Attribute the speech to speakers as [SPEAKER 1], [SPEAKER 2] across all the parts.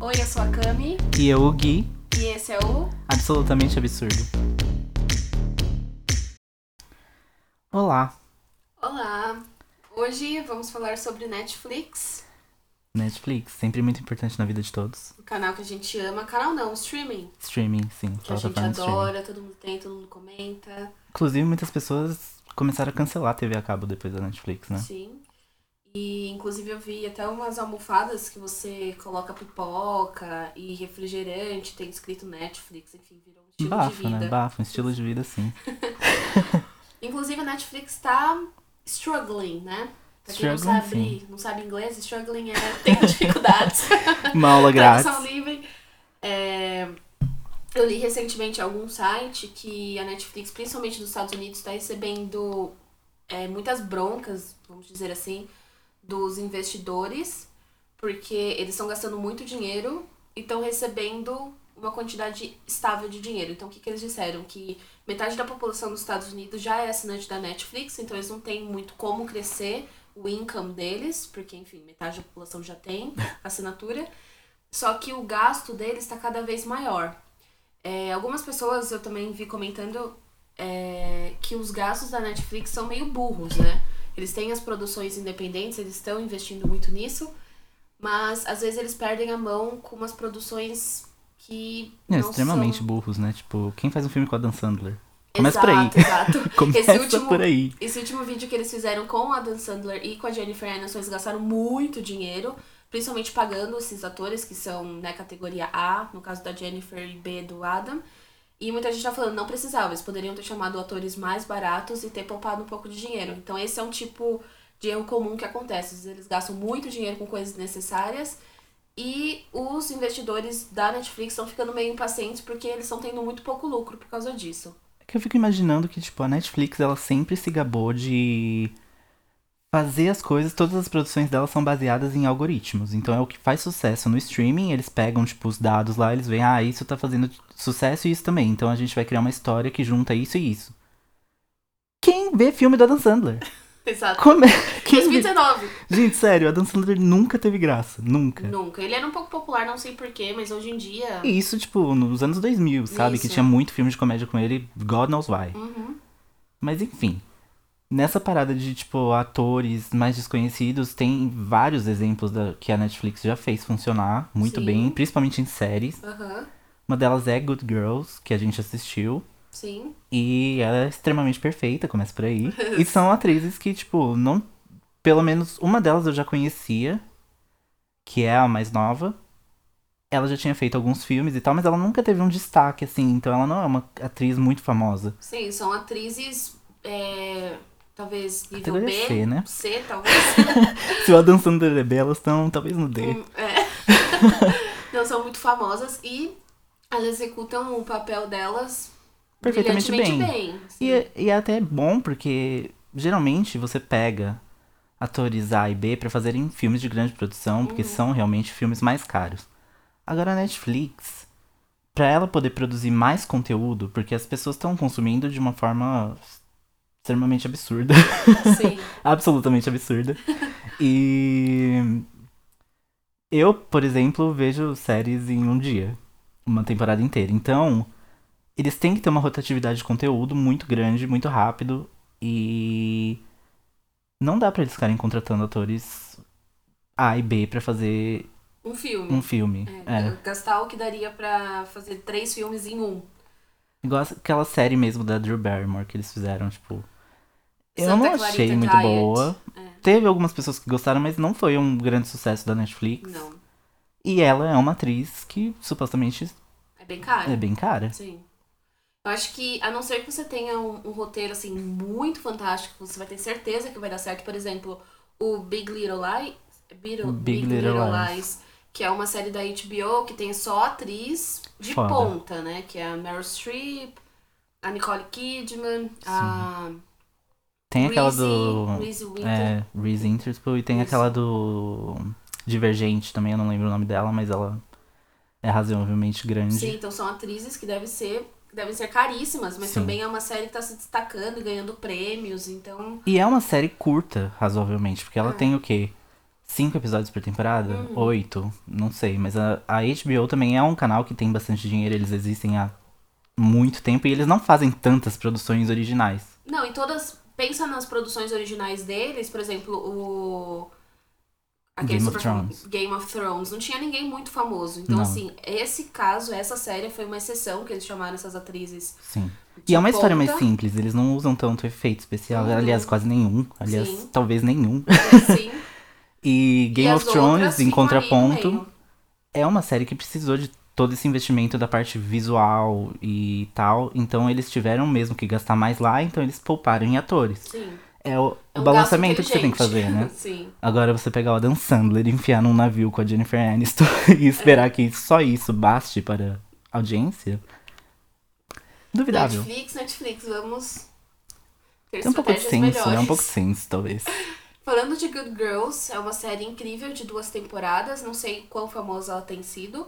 [SPEAKER 1] Oi, eu sou a Cami
[SPEAKER 2] E eu, o Gui,
[SPEAKER 1] e esse é o
[SPEAKER 2] absolutamente absurdo. Olá,
[SPEAKER 1] Olá. Hoje vamos falar sobre Netflix,
[SPEAKER 2] Netflix, sempre muito importante na vida de todos.
[SPEAKER 1] o canal que a gente ama, canal não, streaming,
[SPEAKER 2] Streaming, sim,
[SPEAKER 1] que a gente
[SPEAKER 2] plataforma de streaming.
[SPEAKER 1] adora, todo mundo tem, todo mundo comenta.
[SPEAKER 2] Inclusive, muitas pessoas começaram a cancelar a TV a cabo depois da Netflix, né?
[SPEAKER 1] Sim. E inclusive eu vi até umas almofadas que você coloca pipoca e refrigerante, tem escrito Netflix, enfim, virou um estilo de
[SPEAKER 2] Bafo,
[SPEAKER 1] vida.
[SPEAKER 2] né? Bafo, um estilo de vida, sim.
[SPEAKER 1] Inclusive a Netflix tá struggling, né? Pra quem não
[SPEAKER 2] Struggling,
[SPEAKER 1] sabe, não sabe inglês, struggling é tem dificuldades.
[SPEAKER 2] Uma
[SPEAKER 1] Então,
[SPEAKER 2] aula grátis.
[SPEAKER 1] Tradução livre. É, eu li recentemente algum site que a Netflix, principalmente nos Estados Unidos, está recebendo é, muitas broncas, vamos dizer assim, dos investidores, porque eles estão gastando muito dinheiro e estão recebendo uma quantidade estável de dinheiro. Então, o que, que eles disseram? Que metade da população dos Estados Unidos já é assinante da Netflix, então eles não têm muito como crescer o income deles, porque, enfim, metade da população já tem assinatura. Só que o gasto deles está cada vez maior. É, algumas pessoas eu também vi comentando é, que os gastos da Netflix são meio burros, né? Eles têm as produções independentes, eles estão investindo muito nisso, mas às vezes eles perdem a mão com umas produções que.
[SPEAKER 2] É,
[SPEAKER 1] não
[SPEAKER 2] extremamente
[SPEAKER 1] são...
[SPEAKER 2] burros, né? Tipo, quem faz um filme com a Dan Sandler? Começa por aí.
[SPEAKER 1] Exato, exato.
[SPEAKER 2] Começa
[SPEAKER 1] último-
[SPEAKER 2] por aí.
[SPEAKER 1] Esse último vídeo que eles fizeram com a Dan Sandler e com a Jennifer Aniston, eles gastaram muito dinheiro, principalmente pagando esses atores que são né, categoria A, no caso da Jennifer e B do Adam. E muita gente tá falando, não precisava, eles poderiam ter chamado atores mais baratos e ter poupado um pouco de dinheiro. Então esse é um tipo de erro comum que acontece. Às vezes Eles gastam muito dinheiro com coisas necessárias e os investidores da Netflix estão ficando meio impacientes porque eles estão tendo muito pouco lucro por causa disso.
[SPEAKER 2] É que eu fico imaginando que, tipo, a Netflix, ela sempre se gabou de fazer as coisas, todas as produções dela são baseadas em algoritmos. Então é o que faz sucesso no streaming, eles pegam, tipo, os dados lá, eles veem, ah, isso tá fazendo sucesso e isso também. Então a gente vai criar uma história que junta isso e isso. Quem vê filme do Adam Sandler?
[SPEAKER 1] Exato.
[SPEAKER 2] Como é? Quem vê?
[SPEAKER 1] 2019,
[SPEAKER 2] Gente, sério, Adam Sandler nunca teve graça. Nunca.
[SPEAKER 1] Nunca. Ele era um pouco popular, não sei porquê, mas hoje em dia.
[SPEAKER 2] E isso, tipo, nos anos 2000, sabe? Que
[SPEAKER 1] Isso.
[SPEAKER 2] tinha muito filme de comédia com ele, God knows why.
[SPEAKER 1] Uhum.
[SPEAKER 2] Mas enfim, nessa parada de tipo atores mais desconhecidos, tem vários exemplos da- que a Netflix já fez funcionar muito
[SPEAKER 1] Sim.
[SPEAKER 2] bem, principalmente em séries.
[SPEAKER 1] Aham.
[SPEAKER 2] Uma delas é Good Girls, que a gente assistiu.
[SPEAKER 1] Sim.
[SPEAKER 2] E ela é extremamente perfeita, começa por aí. E são atrizes que, tipo, não. Pelo menos uma delas eu já conhecia, que é a mais nova. Ela já tinha feito alguns filmes e tal, mas ela nunca teve um destaque, assim. Então ela não é uma atriz muito famosa.
[SPEAKER 1] Sim, são atrizes. é, talvez nível
[SPEAKER 2] Categoria
[SPEAKER 1] B.
[SPEAKER 2] C, né?
[SPEAKER 1] C, talvez.
[SPEAKER 2] Se o Adam Sandler é B, elas estão talvez no D.
[SPEAKER 1] Hum, é. não são muito famosas e elas executam o papel delas
[SPEAKER 2] Perfeitamente
[SPEAKER 1] brilhantemente bem, assim.
[SPEAKER 2] E, e é até bom porque geralmente você pega atores A e B pra fazerem filmes de grande produção, porque são realmente filmes mais caros. Agora a Netflix, pra ela poder produzir mais conteúdo, porque as pessoas estão consumindo de uma forma extremamente absurda, é
[SPEAKER 1] Sim.
[SPEAKER 2] absolutamente absurda. E eu, por exemplo, vejo séries em um dia, uma temporada inteira. Então, eles têm que ter uma rotatividade de conteúdo muito grande, muito rápido e não dá pra eles ficarem contratando atores A e B pra fazer
[SPEAKER 1] Um filme.
[SPEAKER 2] um filme.
[SPEAKER 1] É,
[SPEAKER 2] É.
[SPEAKER 1] Gastar o que daria pra fazer três filmes em um.
[SPEAKER 2] Igual aquela série mesmo da Drew Barrymore que eles fizeram, tipo, eu
[SPEAKER 1] Santa
[SPEAKER 2] não
[SPEAKER 1] Clarita
[SPEAKER 2] achei muito
[SPEAKER 1] Diet.
[SPEAKER 2] boa.
[SPEAKER 1] É.
[SPEAKER 2] Teve algumas pessoas que gostaram, mas não foi um grande sucesso da Netflix.
[SPEAKER 1] Não.
[SPEAKER 2] E ela é uma atriz que supostamente
[SPEAKER 1] É bem caro.
[SPEAKER 2] é bem cara.
[SPEAKER 1] Sim. Eu acho que, a não ser que você tenha um, um roteiro, assim, muito fantástico, você vai ter certeza que vai dar certo. Por exemplo, o Big Little Lies, Big, Big Little, Lies. que é uma série da HBO que tem só atriz de
[SPEAKER 2] Foda.
[SPEAKER 1] ponta, né? Que é a Meryl Streep, a Nicole Kidman, a
[SPEAKER 2] Tem aquela
[SPEAKER 1] Reese-
[SPEAKER 2] do.
[SPEAKER 1] Reese Witherspoon.
[SPEAKER 2] É, Reese Interspoo. E tem
[SPEAKER 1] Isso.
[SPEAKER 2] aquela do Divergente também, eu não lembro o nome dela, mas ela é razoavelmente grande.
[SPEAKER 1] Sim, então são atrizes que devem ser, devem ser caríssimas, mas
[SPEAKER 2] Sim.
[SPEAKER 1] também é uma série que tá se destacando e ganhando prêmios, então... Ah.
[SPEAKER 2] E é uma série curta, razoavelmente, porque ela tem o quê? cinco episódios por temporada?
[SPEAKER 1] Uhum.
[SPEAKER 2] Oito? Não sei. Mas a, a HBO também é um canal que tem bastante dinheiro. Eles existem há muito tempo e eles não fazem tantas produções originais.
[SPEAKER 1] Não, e todas. Pensa nas produções originais deles, por exemplo, o.
[SPEAKER 2] Game of Thrones.
[SPEAKER 1] Game of Thrones. Não tinha ninguém muito famoso. Então,
[SPEAKER 2] Não.
[SPEAKER 1] assim, esse caso, essa série foi uma exceção que eles chamaram essas atrizes.
[SPEAKER 2] Sim.
[SPEAKER 1] de
[SPEAKER 2] E é uma história mais
[SPEAKER 1] ponta.
[SPEAKER 2] simples, eles não usam tanto efeito especial.
[SPEAKER 1] Uhum.
[SPEAKER 2] Aliás, quase nenhum. Aliás,
[SPEAKER 1] Sim.
[SPEAKER 2] talvez nenhum.
[SPEAKER 1] Assim,
[SPEAKER 2] E Game
[SPEAKER 1] e
[SPEAKER 2] of
[SPEAKER 1] as
[SPEAKER 2] Thrones,
[SPEAKER 1] outras tipo,
[SPEAKER 2] em
[SPEAKER 1] ficam ali no
[SPEAKER 2] contraponto,
[SPEAKER 1] meio.
[SPEAKER 2] é uma série que precisou de todo esse investimento da parte visual e tal. Então eles tiveram mesmo que gastar mais lá, então eles pouparam em atores.
[SPEAKER 1] Sim.
[SPEAKER 2] É o,
[SPEAKER 1] É um
[SPEAKER 2] balançamento
[SPEAKER 1] gasto
[SPEAKER 2] que você tem que fazer,
[SPEAKER 1] inteligente.
[SPEAKER 2] né?
[SPEAKER 1] Sim.
[SPEAKER 2] Agora você pegar o Adam Sandler, enfiar num navio com a Jennifer Aniston e
[SPEAKER 1] É.
[SPEAKER 2] esperar que só isso baste para a audiência. Duvidável.
[SPEAKER 1] Netflix, Netflix, vamos. Ter
[SPEAKER 2] Tem um pouco de senso,
[SPEAKER 1] estratégias
[SPEAKER 2] né? Um
[SPEAKER 1] melhores.
[SPEAKER 2] pouco de senso, talvez.
[SPEAKER 1] Falando de Good Girls, é uma série incrível de duas temporadas, não sei quão famosa ela tem sido,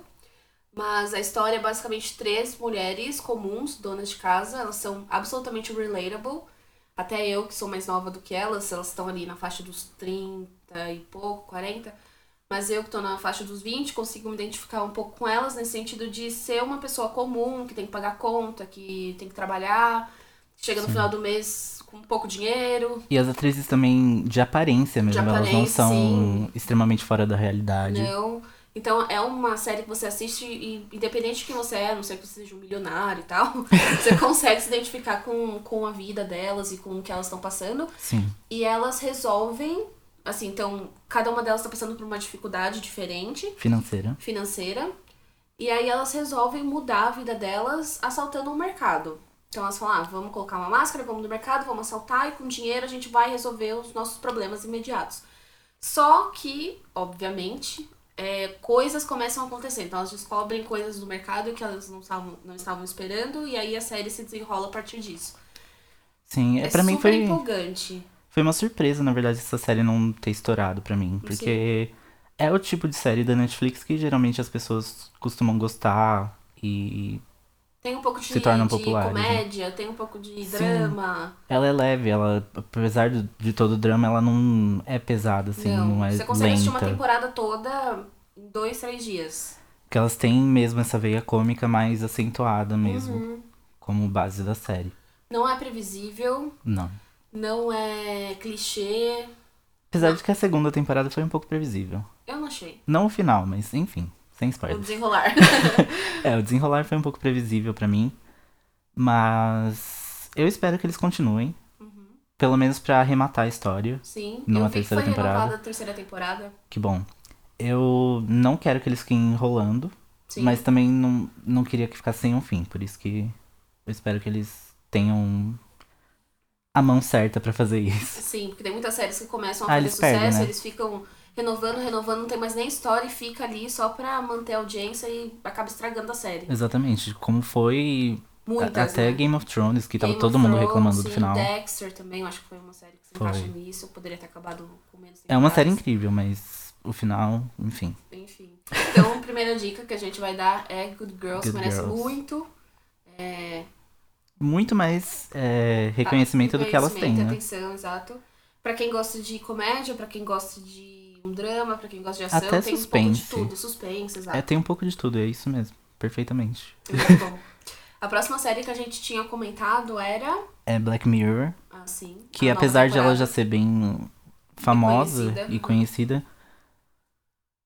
[SPEAKER 1] mas a história é basicamente três mulheres comuns, donas de casa, elas são absolutamente relatable. Até eu, que sou mais nova do que elas, elas estão ali na faixa dos 30 e pouco, 40, mas eu que tô na faixa dos 20, consigo me identificar um pouco com elas nesse sentido de ser uma pessoa comum, que tem que pagar conta, que tem que trabalhar, chega no final do mês com pouco dinheiro,
[SPEAKER 2] E as atrizes também de aparência mesmo,
[SPEAKER 1] De
[SPEAKER 2] elas não
[SPEAKER 1] aparência,
[SPEAKER 2] são
[SPEAKER 1] sim.
[SPEAKER 2] extremamente fora da realidade.
[SPEAKER 1] Não. Então é uma série que você assiste e independente de quem você é, a não sei que você seja um milionário e tal, você consegue se identificar com, com a vida delas e com o que elas estão passando.
[SPEAKER 2] Sim.
[SPEAKER 1] E elas resolvem, assim, então cada uma delas está passando por uma dificuldade diferente
[SPEAKER 2] Financeira.
[SPEAKER 1] financeira. E aí elas resolvem mudar a vida delas assaltando um mercado. Então elas falam, ah, vamos colocar uma máscara, vamos no mercado, vamos assaltar e com dinheiro a gente vai resolver os nossos problemas imediatos. Só que, obviamente, é, coisas começam a acontecer. Então elas descobrem coisas do mercado que elas não estavam, não estavam esperando e aí a série se desenrola a partir disso.
[SPEAKER 2] Sim, é, pra
[SPEAKER 1] super
[SPEAKER 2] mim foi,
[SPEAKER 1] empolgante.
[SPEAKER 2] foi uma surpresa, na verdade, essa série não ter estourado pra mim. Porque é o tipo de série da Netflix que geralmente as pessoas costumam gostar e
[SPEAKER 1] Tem um pouco de,
[SPEAKER 2] Se tornam
[SPEAKER 1] de
[SPEAKER 2] populares, né?
[SPEAKER 1] comédia, tem um pouco de
[SPEAKER 2] Sim.
[SPEAKER 1] drama.
[SPEAKER 2] Ela é leve, ela, apesar de, de todo o drama, ela não é pesada, assim, não, é
[SPEAKER 1] você consegue assistir uma
[SPEAKER 2] lenta.
[SPEAKER 1] temporada toda em dois, três dias.
[SPEAKER 2] Porque elas têm mesmo essa veia cômica mais acentuada mesmo,
[SPEAKER 1] Uhum.
[SPEAKER 2] como base da série.
[SPEAKER 1] Não é previsível,
[SPEAKER 2] Não.
[SPEAKER 1] não é clichê.
[SPEAKER 2] Apesar de que a segunda temporada foi um pouco previsível.
[SPEAKER 1] Eu não achei.
[SPEAKER 2] Não o final, mas enfim, sem
[SPEAKER 1] O
[SPEAKER 2] spoilers.
[SPEAKER 1] desenrolar.
[SPEAKER 2] É, o desenrolar foi um pouco previsível pra mim, mas eu espero que eles continuem, pelo menos pra arrematar a história.
[SPEAKER 1] Uhum. Sim.
[SPEAKER 2] Numa
[SPEAKER 1] eu vi que foi
[SPEAKER 2] é terceira temporada.
[SPEAKER 1] renovada a terceira temporada.
[SPEAKER 2] Que bom. Eu não quero que eles fiquem enrolando,
[SPEAKER 1] Sim.
[SPEAKER 2] mas também não, não queria que ficasse sem um fim, por isso que eu espero que eles tenham a mão certa pra fazer isso.
[SPEAKER 1] Sim, porque tem muitas séries que começam a
[SPEAKER 2] Ah,
[SPEAKER 1] fazer
[SPEAKER 2] eles
[SPEAKER 1] sucesso,
[SPEAKER 2] perdem, né?
[SPEAKER 1] eles ficam renovando, renovando, não tem mais nem história e fica ali só pra manter a audiência e acaba estragando a série.
[SPEAKER 2] Exatamente, como foi
[SPEAKER 1] Muitas.
[SPEAKER 2] até
[SPEAKER 1] né?
[SPEAKER 2] Game of Thrones, que tava
[SPEAKER 1] Game
[SPEAKER 2] todo
[SPEAKER 1] of
[SPEAKER 2] mundo
[SPEAKER 1] Thrones,
[SPEAKER 2] reclamando do
[SPEAKER 1] sim,
[SPEAKER 2] final.
[SPEAKER 1] Dexter também, eu acho que foi uma série que se
[SPEAKER 2] Foi.
[SPEAKER 1] encaixa nisso. Poderia ter acabado com menos
[SPEAKER 2] É uma
[SPEAKER 1] temporadas.
[SPEAKER 2] série incrível, mas o final, enfim.
[SPEAKER 1] Enfim. Então, a primeira dica que a gente vai dar é Good Girls,
[SPEAKER 2] Good
[SPEAKER 1] merece
[SPEAKER 2] Girls.
[SPEAKER 1] muito. É,
[SPEAKER 2] Muito mais é, reconhecimento do que elas têm,
[SPEAKER 1] reconhecimento,
[SPEAKER 2] né?
[SPEAKER 1] atenção, exato. Pra quem gosta de comédia, pra quem gosta de um drama, pra quem gosta de ação,
[SPEAKER 2] Até
[SPEAKER 1] tem um
[SPEAKER 2] suspense.
[SPEAKER 1] pouco de tudo. Suspense, exato.
[SPEAKER 2] É, tem um pouco de tudo, é isso mesmo. Perfeitamente.
[SPEAKER 1] Muito bom. A próxima série que a gente tinha comentado era,
[SPEAKER 2] É Black Mirror,
[SPEAKER 1] assim...
[SPEAKER 2] que
[SPEAKER 1] a nova
[SPEAKER 2] apesar de ela
[SPEAKER 1] temporada.
[SPEAKER 2] já ser bem famosa
[SPEAKER 1] conhecida.
[SPEAKER 2] e conhecida,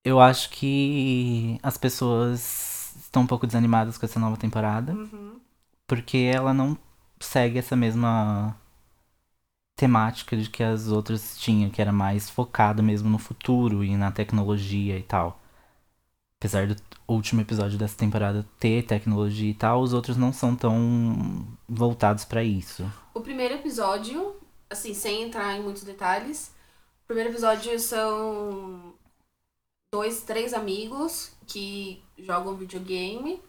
[SPEAKER 2] eu acho que as pessoas estão um pouco desanimadas com essa nova temporada.
[SPEAKER 1] Uhum.
[SPEAKER 2] porque ela não segue essa mesma temática de que as outras tinham, que era mais focada mesmo no futuro e na tecnologia e tal. Apesar do último episódio dessa temporada ter tecnologia e tal, os outros não são tão voltados pra isso.
[SPEAKER 1] O primeiro episódio, assim, sem entrar em muitos detalhes, o primeiro episódio são dois, três amigos que jogam videogame.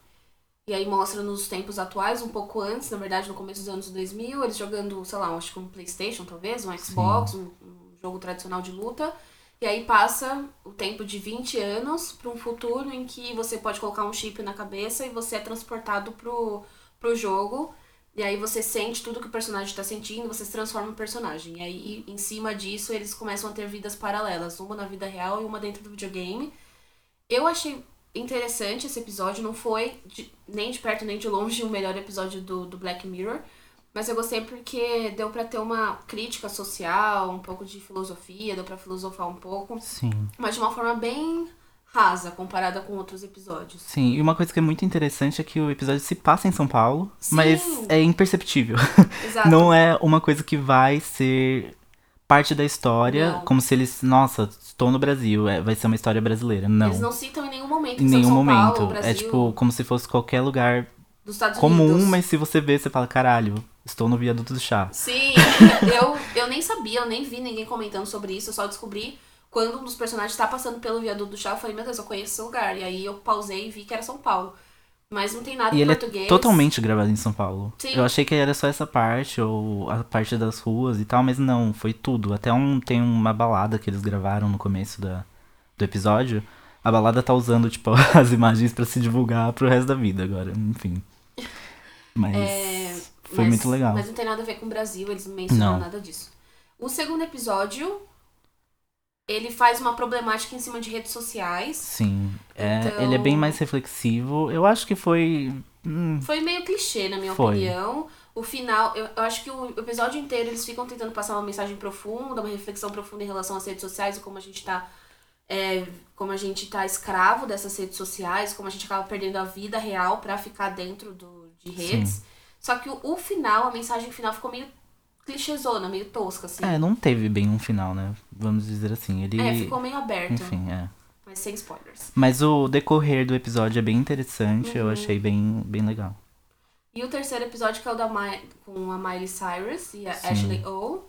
[SPEAKER 1] E aí mostra nos tempos atuais, um pouco antes, na verdade, no começo dos anos 2000, eles jogando, sei lá, acho que um Playstation, talvez, um Xbox, um, um jogo tradicional de luta. E aí passa o tempo de 20 anos para um futuro em que você pode colocar um chip na cabeça e você é transportado pro, pro jogo. E aí você sente tudo que o personagem tá sentindo, você se transforma no personagem. E aí, em cima disso, eles começam a ter vidas paralelas, uma na vida real e uma dentro do videogame. Eu achei interessante esse episódio, não foi de- nem de perto nem de longe o melhor episódio do, do Black Mirror, mas eu gostei porque deu pra ter uma crítica social, um pouco de filosofia, deu pra filosofar um pouco,
[SPEAKER 2] Sim.
[SPEAKER 1] mas de uma forma bem rasa comparada com outros episódios.
[SPEAKER 2] Sim, e uma coisa que é muito interessante é que o episódio se passa em São Paulo,
[SPEAKER 1] Sim.
[SPEAKER 2] mas é imperceptível.
[SPEAKER 1] Exato.
[SPEAKER 2] Não é uma coisa que vai ser parte da história,
[SPEAKER 1] Não.
[SPEAKER 2] como se eles, nossa, estou no Brasil, é, vai ser uma história brasileira. Não.
[SPEAKER 1] Eles não citam em nenhum momento que
[SPEAKER 2] Em
[SPEAKER 1] são
[SPEAKER 2] nenhum
[SPEAKER 1] São
[SPEAKER 2] momento.
[SPEAKER 1] Paulo, Brasil,
[SPEAKER 2] é tipo como se fosse qualquer lugar
[SPEAKER 1] dos Estados
[SPEAKER 2] comum,
[SPEAKER 1] Unidos.
[SPEAKER 2] mas se você vê, você fala, caralho, estou no viaduto do chá.
[SPEAKER 1] Sim, eu, eu nem sabia, eu nem vi ninguém comentando sobre isso, eu só descobri quando um dos personagens tá passando pelo viaduto do chá, eu falei, meu Deus, eu conheço esse lugar. E aí eu pausei e vi que era São Paulo. Mas não tem nada
[SPEAKER 2] E
[SPEAKER 1] em
[SPEAKER 2] ele
[SPEAKER 1] português.
[SPEAKER 2] é totalmente gravado em São Paulo.
[SPEAKER 1] Sim.
[SPEAKER 2] Eu achei que era só essa parte, ou a parte das ruas e tal, mas não, foi tudo. Até um, tem uma balada que eles gravaram no começo da, do episódio. A balada tá usando, tipo, as imagens pra se divulgar pro resto da vida agora, enfim. Mas foi
[SPEAKER 1] É, Mas-
[SPEAKER 2] muito legal.
[SPEAKER 1] Mas não tem nada a ver com o Brasil, eles não mencionam
[SPEAKER 2] Não.
[SPEAKER 1] nada disso. O segundo episódio, ele faz uma problemática em cima de redes sociais.
[SPEAKER 2] Sim. É,
[SPEAKER 1] Então-
[SPEAKER 2] Ele é bem mais reflexivo. Eu acho que foi. hum,
[SPEAKER 1] Foi meio clichê, na minha
[SPEAKER 2] Foi.
[SPEAKER 1] opinião. O final, eu, eu acho que o episódio inteiro eles ficam tentando passar uma mensagem profunda, uma reflexão profunda em relação às redes sociais e como a gente tá. é, como a gente tá escravo dessas redes sociais, como a gente acaba perdendo a vida real pra ficar dentro do, de redes. Só que o, o final, a mensagem final ficou meio clichêzona, meio tosca, assim.
[SPEAKER 2] é, não teve bem um final, né? Vamos dizer assim. Ele.
[SPEAKER 1] É, ficou meio aberto,
[SPEAKER 2] Enfim, é.
[SPEAKER 1] mas sem spoilers.
[SPEAKER 2] Mas o decorrer do episódio é bem interessante, eu achei bem, bem legal.
[SPEAKER 1] E o terceiro episódio, que é o da Mi- com a Miley Cyrus e a
[SPEAKER 2] Sim.
[SPEAKER 1] Ashley O.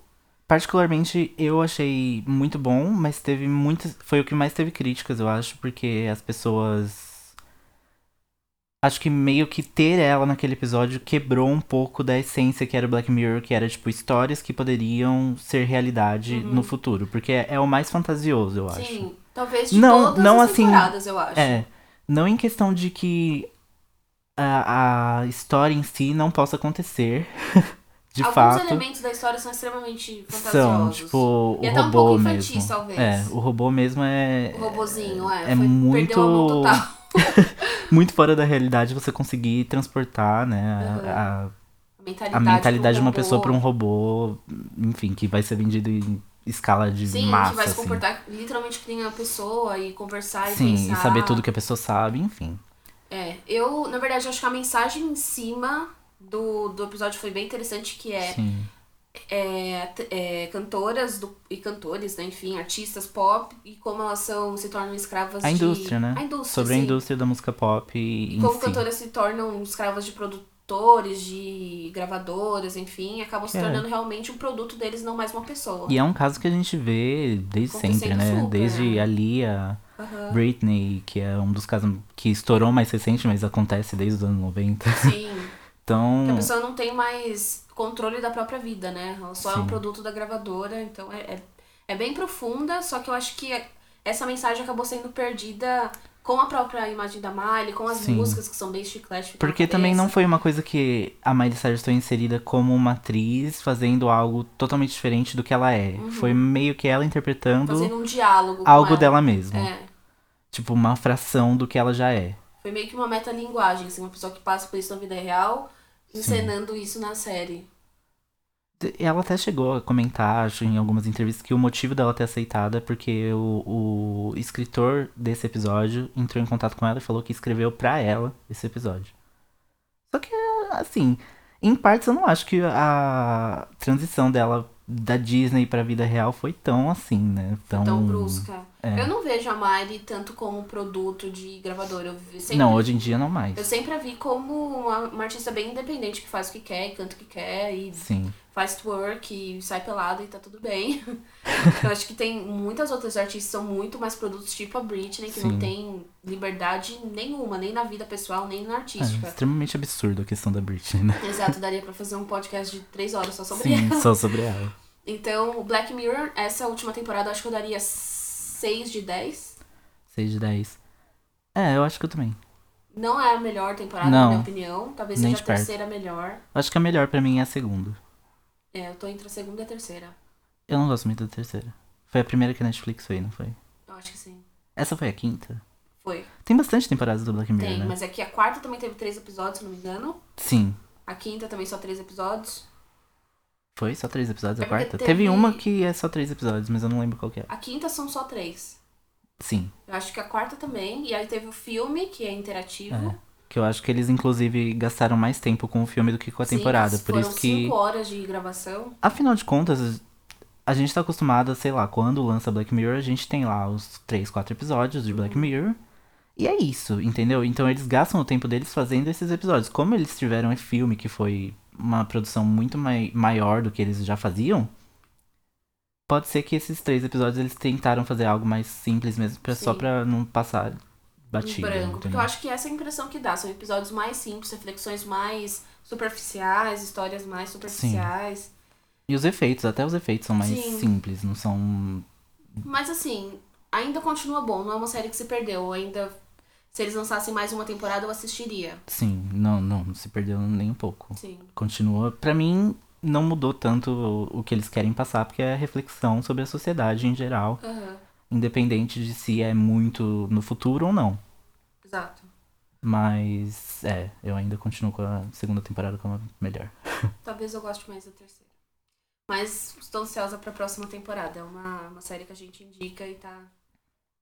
[SPEAKER 2] Particularmente, eu achei muito bom, mas teve muitas. Foi o que mais teve críticas, eu acho, porque as pessoas. Acho que meio que ter ela naquele episódio quebrou um pouco da essência que era o Black Mirror, que era tipo histórias que poderiam ser realidade no futuro. Porque é o mais fantasioso, eu acho.
[SPEAKER 1] Sim, talvez de
[SPEAKER 2] Não-
[SPEAKER 1] todas
[SPEAKER 2] não
[SPEAKER 1] as
[SPEAKER 2] assim-
[SPEAKER 1] temporadas, eu acho.
[SPEAKER 2] É, não em questão de que a, a história em si não possa acontecer, de
[SPEAKER 1] Alguns
[SPEAKER 2] fato.
[SPEAKER 1] elementos da história são extremamente
[SPEAKER 2] São,
[SPEAKER 1] fantasiosos.
[SPEAKER 2] tipo, o
[SPEAKER 1] e até um
[SPEAKER 2] robô
[SPEAKER 1] pouco infantis,
[SPEAKER 2] mesmo.
[SPEAKER 1] talvez.
[SPEAKER 2] É, o robô mesmo é.
[SPEAKER 1] O robozinho, é.
[SPEAKER 2] é
[SPEAKER 1] foi, Perdeu a mão
[SPEAKER 2] muito-
[SPEAKER 1] total.
[SPEAKER 2] Muito fora da realidade você conseguir transportar, né?
[SPEAKER 1] Uhum.
[SPEAKER 2] A, a-
[SPEAKER 1] A mentalidade,
[SPEAKER 2] a mentalidade de uma
[SPEAKER 1] do robô.
[SPEAKER 2] pessoa pra um robô, enfim, que vai ser vendido em escala de
[SPEAKER 1] Sim,
[SPEAKER 2] massa.
[SPEAKER 1] que vai se
[SPEAKER 2] assim.
[SPEAKER 1] comportar literalmente que nem a pessoa e conversar e
[SPEAKER 2] Sim,
[SPEAKER 1] pensar.
[SPEAKER 2] e saber tudo que a pessoa sabe, enfim.
[SPEAKER 1] É, eu, na verdade, acho que a mensagem em cima do, do episódio foi bem interessante, que é
[SPEAKER 2] Sim.
[SPEAKER 1] é, t- é, cantoras do- e cantores, né, enfim, artistas pop e como elas são, se tornam escravas
[SPEAKER 2] A
[SPEAKER 1] de-
[SPEAKER 2] indústria, né?
[SPEAKER 1] A indústria,
[SPEAKER 2] Sobre a
[SPEAKER 1] sim.
[SPEAKER 2] indústria da música pop
[SPEAKER 1] E
[SPEAKER 2] e em
[SPEAKER 1] como
[SPEAKER 2] si.
[SPEAKER 1] cantoras se tornam escravas de produtores, de gravadoras, enfim, acabam se
[SPEAKER 2] É.
[SPEAKER 1] tornando realmente um produto deles, não mais uma pessoa.
[SPEAKER 2] E é um caso que a gente vê desde
[SPEAKER 1] Acontecendo
[SPEAKER 2] sempre, né?
[SPEAKER 1] tá super,
[SPEAKER 2] desde
[SPEAKER 1] né?
[SPEAKER 2] a Lia,
[SPEAKER 1] Aham.
[SPEAKER 2] Britney, que é um dos casos que estourou mais recente, mas acontece desde os anos 90.
[SPEAKER 1] Sim. Porque a
[SPEAKER 2] Então,
[SPEAKER 1] pessoa não tem mais controle da própria vida, né? Ela só é um
[SPEAKER 2] Sim.
[SPEAKER 1] produto da gravadora, então é, é, é bem profunda, só que eu acho que é, essa mensagem acabou sendo perdida com a própria imagem da Miley, com as
[SPEAKER 2] Sim.
[SPEAKER 1] músicas que são bem chiclete. ficam na
[SPEAKER 2] porque também
[SPEAKER 1] cabeça.
[SPEAKER 2] não foi uma coisa que a Miley Cyrus foi inserida como uma atriz fazendo algo totalmente diferente do que ela é. Foi meio que ela interpretando
[SPEAKER 1] Uhum. Fazendo um diálogo. com
[SPEAKER 2] algo
[SPEAKER 1] ela.
[SPEAKER 2] dela mesma.
[SPEAKER 1] É.
[SPEAKER 2] Tipo, uma fração do que ela já é.
[SPEAKER 1] Foi meio que uma metalinguagem, assim, uma pessoa que passa por isso na vida real, encenando isso na série.
[SPEAKER 2] Ela até chegou a comentar, acho, em algumas entrevistas, que o motivo dela ter aceitado é porque o, o escritor desse episódio entrou em contato com ela e falou que escreveu pra ela esse episódio. Só que, assim, em partes eu não acho que a transição dela da Disney pra vida real foi tão assim, né? Tão,
[SPEAKER 1] Tão brusca.
[SPEAKER 2] é.
[SPEAKER 1] Eu não vejo a Miley tanto como produto de gravadora. Eu vi- sempre,
[SPEAKER 2] Não, hoje em dia não mais.
[SPEAKER 1] eu sempre a vi como uma, uma artista bem independente que faz o que quer, e canta o que quer, e
[SPEAKER 2] Sim,
[SPEAKER 1] faz twerk, e sai pelada e tá tudo bem. eu acho que tem muitas outras artistas que são muito mais produtos tipo a Britney, que não
[SPEAKER 2] Sim.
[SPEAKER 1] tem liberdade nenhuma, nem na vida pessoal, nem na
[SPEAKER 2] é
[SPEAKER 1] artística.
[SPEAKER 2] extremamente absurdo a questão da Britney, né?
[SPEAKER 1] Exato, daria pra fazer um podcast de três horas só sobre
[SPEAKER 2] Sim,
[SPEAKER 1] ela.
[SPEAKER 2] só sobre ela.
[SPEAKER 1] Então, o Black Mirror, essa última temporada, eu acho que eu daria 6 de 10.
[SPEAKER 2] 6 de 10. É, eu acho que eu também.
[SPEAKER 1] Não é a melhor temporada,
[SPEAKER 2] Não.
[SPEAKER 1] na minha opinião. Talvez
[SPEAKER 2] Nem
[SPEAKER 1] seja a
[SPEAKER 2] de perto.
[SPEAKER 1] terceira melhor.
[SPEAKER 2] Acho que a melhor pra mim é a segunda.
[SPEAKER 1] É, eu tô entre a segunda e a terceira.
[SPEAKER 2] Eu não gosto muito da terceira. Foi a primeira que a Netflix foi, não foi?
[SPEAKER 1] Eu acho que sim.
[SPEAKER 2] Essa foi a quinta?
[SPEAKER 1] Foi.
[SPEAKER 2] Tem bastante temporadas do Black Mirror,
[SPEAKER 1] Tem,
[SPEAKER 2] né?
[SPEAKER 1] mas aqui a quarta também teve três episódios, se não me engano.
[SPEAKER 2] Sim.
[SPEAKER 1] A quinta também só três episódios.
[SPEAKER 2] Foi só três episódios
[SPEAKER 1] É
[SPEAKER 2] a
[SPEAKER 1] porque
[SPEAKER 2] quarta?
[SPEAKER 1] teve-
[SPEAKER 2] Teve uma que é só três episódios, mas eu não lembro qual que é.
[SPEAKER 1] A quinta são só três.
[SPEAKER 2] Sim.
[SPEAKER 1] Eu acho que a quarta também. E aí teve o filme, que é interativo.
[SPEAKER 2] É. Que eu acho que eles, inclusive, gastaram mais tempo com o filme do que com a
[SPEAKER 1] Sim,
[SPEAKER 2] temporada.
[SPEAKER 1] que
[SPEAKER 2] Por
[SPEAKER 1] foram
[SPEAKER 2] isso que.
[SPEAKER 1] cinco horas de gravação.
[SPEAKER 2] Afinal de contas, a gente tá acostumado, sei lá, quando lança Black Mirror, a gente tem lá os três, quatro episódios de Black Mirror. E é isso, entendeu? Então eles gastam o tempo deles fazendo esses episódios. Como eles tiveram esse filme que foi uma produção muito mai maior do que eles já faziam, pode ser que esses três episódios eles tentaram fazer algo mais simples mesmo, pra, só
[SPEAKER 1] Sim.
[SPEAKER 2] pra não passar
[SPEAKER 1] em
[SPEAKER 2] batido. né?
[SPEAKER 1] branco. Porque
[SPEAKER 2] entendeu?
[SPEAKER 1] eu acho que essa é a impressão que dá. São episódios mais simples, reflexões mais superficiais, histórias mais superficiais.
[SPEAKER 2] E os efeitos, até os efeitos são mais
[SPEAKER 1] Sim.
[SPEAKER 2] simples, não são.
[SPEAKER 1] Mas assim, ainda continua bom. Não é uma série que se perdeu. Ainda. Se eles lançassem mais uma temporada, eu assistiria.
[SPEAKER 2] Sim, não, não, não se perdeu nem um pouco.
[SPEAKER 1] Sim.
[SPEAKER 2] continua. Pra mim, não mudou tanto o- o que eles querem passar, porque é reflexão sobre a sociedade em geral,
[SPEAKER 1] Aham.
[SPEAKER 2] independente de se é muito no futuro ou não.
[SPEAKER 1] Exato.
[SPEAKER 2] Mas, é, eu ainda continuo com a segunda temporada como a melhor.
[SPEAKER 1] Talvez eu goste mais da terceira. Mas estou ansiosa pra próxima temporada. É uma, uma série que a gente indica e tá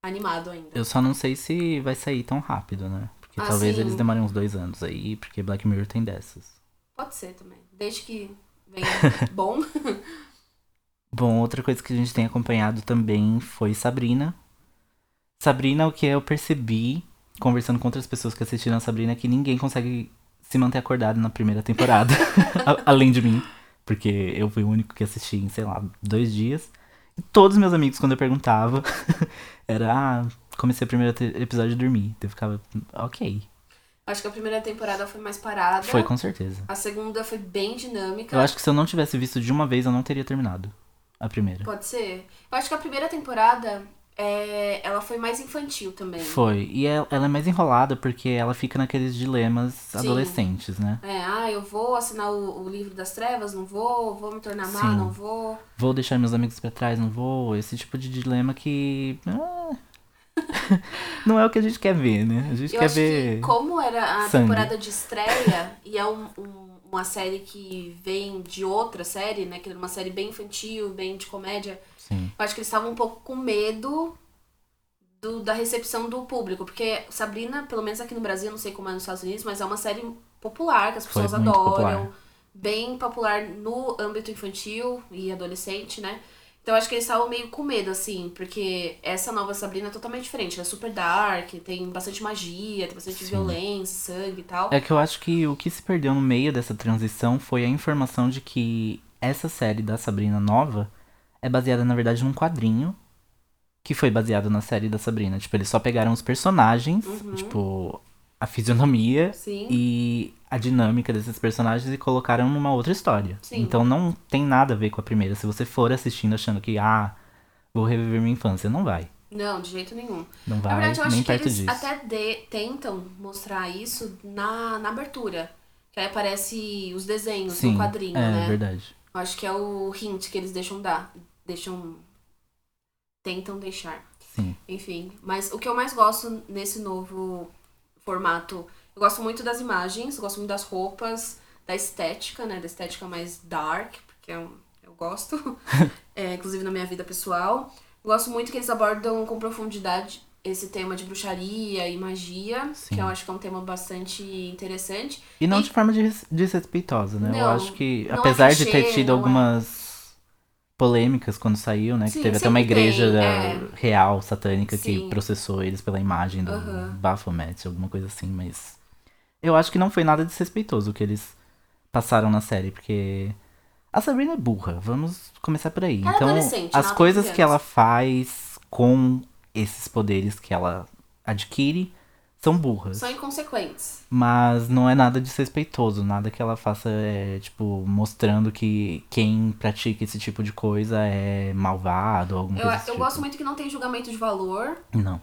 [SPEAKER 1] animado ainda.
[SPEAKER 2] Eu só não sei se vai sair tão rápido, né? Porque
[SPEAKER 1] Ah,
[SPEAKER 2] talvez
[SPEAKER 1] sim.
[SPEAKER 2] eles demorem uns dois anos aí, porque Black Mirror tem dessas.
[SPEAKER 1] Pode ser também. Desde que venha bom.
[SPEAKER 2] Bom, outra coisa que a gente tem acompanhado também foi Sabrina. Sabrina, o que eu percebi conversando com outras pessoas que assistiram a Sabrina, é que ninguém consegue se manter acordado na primeira temporada, a- além de mim, porque eu fui o único que assisti em, sei lá, dois dias. E todos os meus amigos, quando eu perguntava, era, ah, comecei o primeiro te- episódio e dormi. Eu ficava, ok,
[SPEAKER 1] Acho que a primeira temporada foi mais parada.
[SPEAKER 2] foi com certeza.
[SPEAKER 1] A segunda foi bem dinâmica.
[SPEAKER 2] Eu acho que se eu não tivesse visto de uma vez, eu não teria terminado a primeira.
[SPEAKER 1] Pode ser. Eu acho que a primeira temporada, é, ela foi mais infantil também.
[SPEAKER 2] Foi. E el- ela é mais enrolada porque ela fica naqueles dilemas adolescentes, né?
[SPEAKER 1] É, ah, eu vou assinar o, o livro das trevas, não vou, vou me tornar má,
[SPEAKER 2] Sim.
[SPEAKER 1] não vou.
[SPEAKER 2] Vou deixar meus amigos pra trás, não vou. Esse tipo de dilema que. ah, não é o que a gente quer ver, né? A gente
[SPEAKER 1] Eu
[SPEAKER 2] quer
[SPEAKER 1] acho
[SPEAKER 2] ver.
[SPEAKER 1] que como era a
[SPEAKER 2] sangue.
[SPEAKER 1] temporada de estreia, e é um- um- uma série que vem de outra série, né? Que era uma série bem infantil, bem de comédia,
[SPEAKER 2] Sim.
[SPEAKER 1] eu acho que eles estavam um pouco com medo do, da recepção do público. Porque Sabrina, pelo menos aqui no Brasil, não sei como é nos Estados Unidos, mas é uma série popular, que as
[SPEAKER 2] Foi
[SPEAKER 1] pessoas
[SPEAKER 2] muito
[SPEAKER 1] adoram.
[SPEAKER 2] popular.
[SPEAKER 1] Bem popular no âmbito infantil e adolescente, né? Então acho que eles estavam meio com medo, assim, porque essa nova Sabrina é totalmente diferente. Ela é super dark, tem bastante magia, tem bastante
[SPEAKER 2] Sim.
[SPEAKER 1] violência, sangue e tal.
[SPEAKER 2] É que eu acho que o que se perdeu no meio dessa transição foi a informação de que essa série da Sabrina nova é baseada, na verdade, num quadrinho que foi baseado na série da Sabrina. Tipo, eles só pegaram os personagens,
[SPEAKER 1] Uhum.
[SPEAKER 2] tipo, a fisionomia
[SPEAKER 1] Sim.
[SPEAKER 2] e a dinâmica desses personagens e colocaram numa outra história.
[SPEAKER 1] Sim.
[SPEAKER 2] Então não tem nada a ver com a primeira. Se você for assistindo achando que, ah, vou reviver minha infância, não vai.
[SPEAKER 1] Não, de jeito nenhum.
[SPEAKER 2] Não
[SPEAKER 1] Na
[SPEAKER 2] vai
[SPEAKER 1] verdade, eu acho
[SPEAKER 2] nem
[SPEAKER 1] que
[SPEAKER 2] perto
[SPEAKER 1] eles
[SPEAKER 2] disso.
[SPEAKER 1] até de- tentam mostrar isso na, na abertura. Que aí aparece os desenhos
[SPEAKER 2] Sim,
[SPEAKER 1] no quadrinho,
[SPEAKER 2] é
[SPEAKER 1] né?
[SPEAKER 2] verdade.
[SPEAKER 1] Eu acho que é o hint que eles deixam dar. Deixam. Tentam deixar.
[SPEAKER 2] Sim.
[SPEAKER 1] Enfim. Mas o que eu mais gosto nesse novo formato. Eu gosto muito das imagens, eu gosto muito das roupas, da estética, né? Da estética mais dark, porque é um- eu gosto. É, inclusive na minha vida pessoal. Eu gosto muito que eles abordam com profundidade esse tema de bruxaria e magia,
[SPEAKER 2] Sim.
[SPEAKER 1] que eu acho que é um tema bastante interessante.
[SPEAKER 2] E não
[SPEAKER 1] E-
[SPEAKER 2] de forma des- desrespeitosa, né? Eu
[SPEAKER 1] Não,
[SPEAKER 2] acho que,
[SPEAKER 1] não é
[SPEAKER 2] apesar de ter
[SPEAKER 1] clichê,
[SPEAKER 2] tido
[SPEAKER 1] não é.
[SPEAKER 2] algumas polêmicas quando saiu, né?
[SPEAKER 1] Sim,
[SPEAKER 2] que teve até uma
[SPEAKER 1] sempre
[SPEAKER 2] igreja
[SPEAKER 1] tem,
[SPEAKER 2] da-
[SPEAKER 1] é.
[SPEAKER 2] real, satânica,
[SPEAKER 1] Sim.
[SPEAKER 2] que processou eles pela imagem do
[SPEAKER 1] Aham.
[SPEAKER 2] Baphomet, alguma coisa assim, mas... Eu acho que não foi nada desrespeitoso o que eles passaram na série, porque... A Sabrina é burra, vamos começar por aí.
[SPEAKER 1] Ela é
[SPEAKER 2] então,
[SPEAKER 1] adolescente, ela
[SPEAKER 2] as
[SPEAKER 1] tem
[SPEAKER 2] coisas
[SPEAKER 1] 15
[SPEAKER 2] que ela faz com esses poderes que ela adquire são burras.
[SPEAKER 1] São inconsequentes.
[SPEAKER 2] Mas não é nada desrespeitoso, nada que ela faça, é, tipo, mostrando que quem pratica esse tipo de coisa é malvado ou alguma
[SPEAKER 1] Eu,
[SPEAKER 2] coisa desse
[SPEAKER 1] eu
[SPEAKER 2] tipo.
[SPEAKER 1] gosto muito que não tem julgamento de valor.
[SPEAKER 2] Não.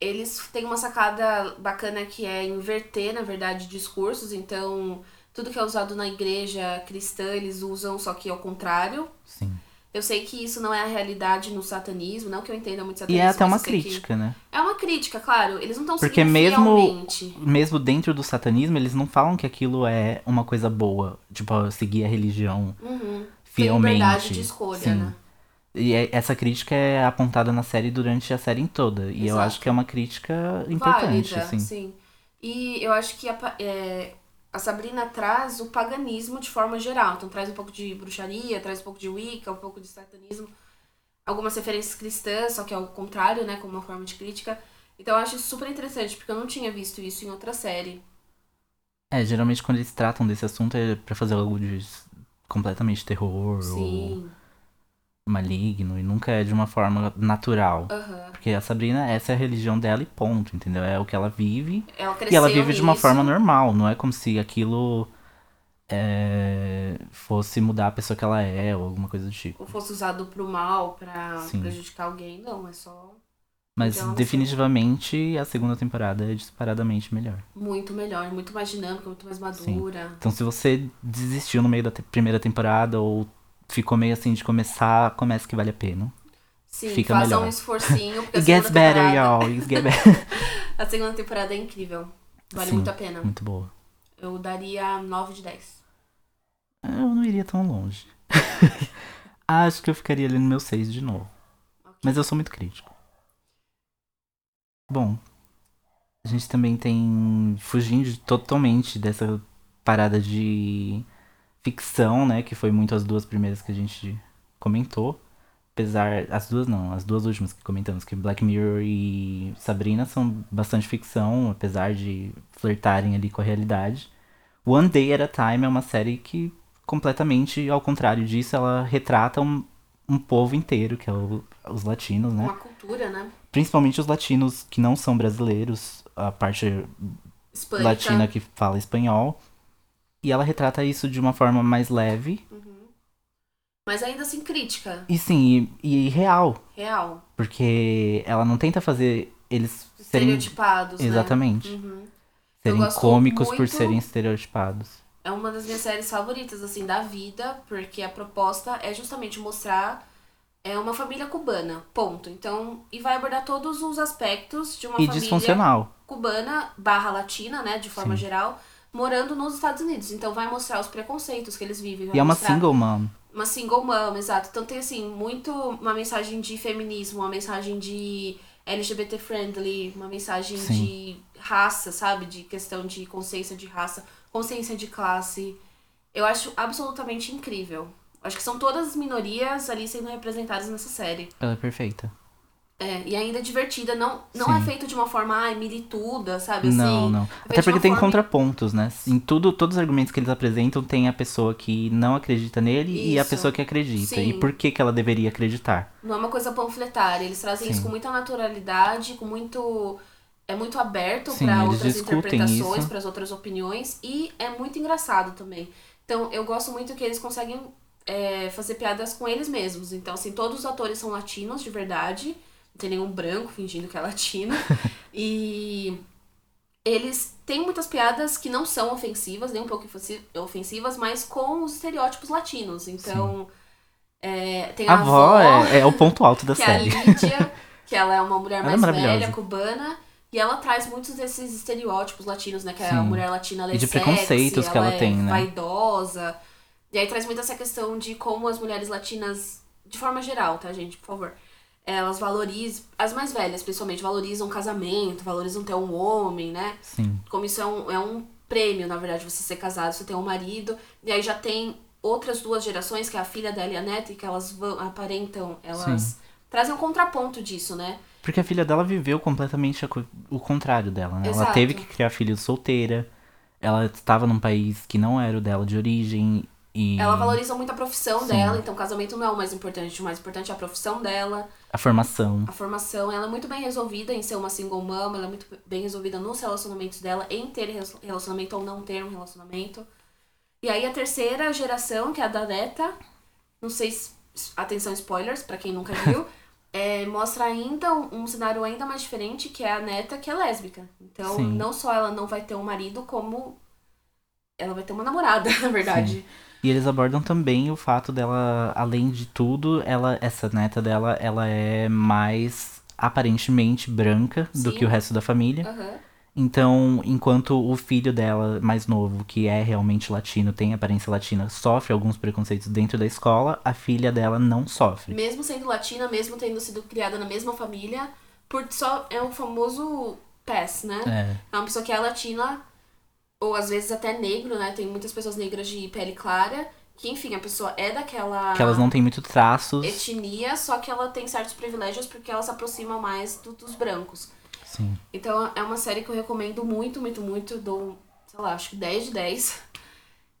[SPEAKER 1] eles têm uma sacada bacana que é inverter, na verdade, discursos. Então, tudo que é usado na igreja cristã, eles usam, só que ao contrário.
[SPEAKER 2] Sim.
[SPEAKER 1] Eu sei que isso não é a realidade no satanismo, não que eu entenda muito
[SPEAKER 2] E
[SPEAKER 1] satanismo.
[SPEAKER 2] é até
[SPEAKER 1] mas
[SPEAKER 2] uma
[SPEAKER 1] eu sei que-
[SPEAKER 2] crítica, né?
[SPEAKER 1] É uma crítica, claro. Eles não estão
[SPEAKER 2] Porque
[SPEAKER 1] seguindo
[SPEAKER 2] mesmo-
[SPEAKER 1] fielmente.
[SPEAKER 2] Mesmo dentro do satanismo, eles não falam que aquilo é uma coisa boa. Tipo, seguir a religião
[SPEAKER 1] Uhum. Tem
[SPEAKER 2] fielmente.
[SPEAKER 1] liberdade de escolha,
[SPEAKER 2] Sim.
[SPEAKER 1] né?
[SPEAKER 2] E é- essa crítica é apontada na série durante a série em toda. E eu
[SPEAKER 1] Exato.
[SPEAKER 2] acho que é uma crítica importante,
[SPEAKER 1] Válida,
[SPEAKER 2] assim.
[SPEAKER 1] é, sim. E eu acho que a, pa- é, a Sabrina traz o paganismo de forma geral. Então traz um pouco de bruxaria, traz um pouco de Wicca, um pouco de satanismo. Algumas referências cristãs, só que ao contrário, né? Como uma forma de crítica. Então eu acho isso super interessante, porque eu não tinha visto isso em outra série.
[SPEAKER 2] É, geralmente quando eles tratam desse assunto é pra fazer algo de s- completamente terror ou
[SPEAKER 1] Sim.
[SPEAKER 2] maligno. E nunca é de uma forma natural.
[SPEAKER 1] Aham.
[SPEAKER 2] Porque a Sabrina, essa é a religião dela e ponto, entendeu? É o que ela vive.
[SPEAKER 1] Ela cresceu
[SPEAKER 2] E ela vive de uma
[SPEAKER 1] nisso.
[SPEAKER 2] forma normal, não é como se aquilo é, fosse mudar a pessoa que ela é ou alguma coisa do tipo.
[SPEAKER 1] Ou fosse usado pro mal, pra
[SPEAKER 2] Sim.
[SPEAKER 1] prejudicar alguém. Não, é só
[SPEAKER 2] Mas
[SPEAKER 1] Então, assim-
[SPEAKER 2] definitivamente a segunda temporada é disparadamente melhor.
[SPEAKER 1] muito melhor, muito mais dinâmica, muito mais madura.
[SPEAKER 2] Então se você desistiu no meio da te- primeira temporada ou ficou meio assim de começar, começa que vale a pena.
[SPEAKER 1] Sim,
[SPEAKER 2] Fica
[SPEAKER 1] faça
[SPEAKER 2] melhor.
[SPEAKER 1] um esforcinho. Porque a
[SPEAKER 2] It gets
[SPEAKER 1] segunda
[SPEAKER 2] better,
[SPEAKER 1] temporada-
[SPEAKER 2] y'all. It gets better.
[SPEAKER 1] A segunda temporada é incrível. Vale
[SPEAKER 2] Sim.
[SPEAKER 1] muito a pena.
[SPEAKER 2] Muito boa.
[SPEAKER 1] Eu daria 9 de 10.
[SPEAKER 2] Ah, Eu não iria tão longe. Acho que eu ficaria ali no meu 6 de novo.
[SPEAKER 1] Ok.
[SPEAKER 2] Mas eu sou muito crítico. Bom, a gente também tem fugindo de- totalmente dessa parada de ficção, né? Que foi muito as duas primeiras que a gente comentou. Apesar. As duas não, as duas últimas que comentamos, que é Black Mirror e Sabrina são bastante ficção, apesar de flertarem ali com a realidade. One Day at a Time é uma série que completamente ao contrário disso, ela retrata um, um povo inteiro, que é o- os latinos, né?
[SPEAKER 1] Uma cultura, né?
[SPEAKER 2] Principalmente os latinos que não são brasileiros, a parte
[SPEAKER 1] Hispânica.
[SPEAKER 2] latina que fala espanhol. E ela retrata isso de uma forma mais leve.
[SPEAKER 1] Uhum. Mas ainda assim, crítica.
[SPEAKER 2] E sim, e, e real.
[SPEAKER 1] Real.
[SPEAKER 2] Porque ela não tenta fazer eles serem.
[SPEAKER 1] Estereotipados,
[SPEAKER 2] Exatamente.
[SPEAKER 1] né? Uhum. Eu
[SPEAKER 2] Serem
[SPEAKER 1] gosto
[SPEAKER 2] cômicos por
[SPEAKER 1] muito-
[SPEAKER 2] serem estereotipados.
[SPEAKER 1] É uma das minhas séries favoritas, assim, da vida. Porque a proposta é justamente mostrar... É uma família cubana, ponto. Então, e vai abordar todos os aspectos de uma
[SPEAKER 2] E
[SPEAKER 1] família
[SPEAKER 2] disfuncional.
[SPEAKER 1] cubana barra latina, né, de forma
[SPEAKER 2] Sim.
[SPEAKER 1] geral, morando nos Estados Unidos. Então vai mostrar os preconceitos que eles vivem. Vai
[SPEAKER 2] E é uma
[SPEAKER 1] mostrar
[SPEAKER 2] single mom.
[SPEAKER 1] Uma single mom, exato. Então tem, assim, muito uma mensagem de feminismo, uma mensagem de LGBT friendly, uma mensagem
[SPEAKER 2] Sim.
[SPEAKER 1] de raça, sabe? De questão de consciência de raça, consciência de classe. Eu acho absolutamente incrível. Acho que são todas as minorias ali sendo representadas nessa série.
[SPEAKER 2] Ela é perfeita.
[SPEAKER 1] É, e ainda é divertida, não, não
[SPEAKER 2] Sim.
[SPEAKER 1] é feito de uma forma, ai, milituda, sabe? Assim,
[SPEAKER 2] Não, não.
[SPEAKER 1] feito
[SPEAKER 2] Até
[SPEAKER 1] de
[SPEAKER 2] porque
[SPEAKER 1] uma
[SPEAKER 2] tem
[SPEAKER 1] forma-
[SPEAKER 2] contrapontos, né? Em tudo, todos os argumentos que eles apresentam, tem a pessoa que não acredita nele e a
[SPEAKER 1] Isso.
[SPEAKER 2] pessoa que acredita. E
[SPEAKER 1] Sim.
[SPEAKER 2] por que, que ela deveria acreditar?
[SPEAKER 1] Não é uma coisa panfletária. Eles trazem
[SPEAKER 2] Sim.
[SPEAKER 1] isso com muita naturalidade, com muito. É muito aberto
[SPEAKER 2] Sim,
[SPEAKER 1] para
[SPEAKER 2] eles
[SPEAKER 1] outras
[SPEAKER 2] discutem
[SPEAKER 1] interpretações,
[SPEAKER 2] isso.
[SPEAKER 1] para as outras opiniões. E é muito engraçado também. Então, eu gosto muito que eles conseguem é, fazer piadas com eles mesmos. Então, assim, todos os atores são latinos de verdade. Não tem nenhum branco fingindo que é latino. e eles têm muitas piadas que não são ofensivas, nem um pouco ofensi- ofensivas, mas com os estereótipos latinos. Então, é, tem a,
[SPEAKER 2] a avó é, é o ponto alto da
[SPEAKER 1] que é a
[SPEAKER 2] série.
[SPEAKER 1] Lídia, que ela é uma mulher
[SPEAKER 2] Ela é
[SPEAKER 1] mais
[SPEAKER 2] maravilhosa.
[SPEAKER 1] velha, cubana, e ela traz muitos desses estereótipos latinos, né? Que a
[SPEAKER 2] Sim.
[SPEAKER 1] mulher latina ela é
[SPEAKER 2] E de
[SPEAKER 1] sexy,
[SPEAKER 2] preconceitos que ela
[SPEAKER 1] é
[SPEAKER 2] tem, né?
[SPEAKER 1] vaidosa. E aí traz muito essa questão de como as mulheres latinas, de forma geral, tá, gente? Por favor. Elas valorizam, as mais velhas principalmente, valorizam o casamento, valorizam ter um homem, né?
[SPEAKER 2] Sim.
[SPEAKER 1] como isso é um, é um prêmio, na verdade, você ser casado, você ter um marido, e aí já tem outras duas gerações, que é a filha dela e a neta, e que elas vão, aparentam, elas trazem um contraponto disso, né?
[SPEAKER 2] Porque a filha dela viveu completamente a co- o contrário dela, né? Ela
[SPEAKER 1] Exato.
[SPEAKER 2] teve que criar filho solteira. Ela estava num país que não era o dela de origem. E
[SPEAKER 1] Ela valoriza muito a profissão
[SPEAKER 2] Sim.
[SPEAKER 1] dela, então o casamento não é o mais importante, o mais importante é a profissão dela,
[SPEAKER 2] a formação.
[SPEAKER 1] a formação, ela é muito bem resolvida em ser uma single mom, ela é muito bem resolvida nos relacionamentos dela, em ter rela- relacionamento ou não ter um relacionamento. E aí a terceira geração, que é a da Neta, não sei se. Atenção, spoilers, pra quem nunca viu. é, mostra ainda um, um cenário ainda mais diferente, que é a neta que é lésbica. Então,
[SPEAKER 2] Sim.
[SPEAKER 1] não só ela não vai ter um marido, como ela vai ter uma namorada, na verdade.
[SPEAKER 2] E eles abordam também o fato dela, além de tudo, ela, essa neta dela, ela é mais aparentemente branca do
[SPEAKER 1] Sim.
[SPEAKER 2] que o resto da família.
[SPEAKER 1] Aham.
[SPEAKER 2] Então, enquanto o filho dela, mais novo, que é realmente latino, tem aparência latina, sofre alguns preconceitos dentro da escola, a filha dela não sofre.
[SPEAKER 1] Mesmo sendo latina, mesmo tendo sido criada na mesma família, por só é o famoso PES, né?
[SPEAKER 2] É,
[SPEAKER 1] É uma pessoa que é latina, ou às vezes até negro, né? Tem muitas pessoas negras de pele clara, que enfim, a pessoa é daquela
[SPEAKER 2] que elas não têm muito traços.
[SPEAKER 1] etnia, só que ela tem certos privilégios porque ela se aproxima mais do- dos brancos.
[SPEAKER 2] Sim.
[SPEAKER 1] Então é uma série que eu recomendo muito, muito, muito. Dou, sei lá, acho que 10 de 10.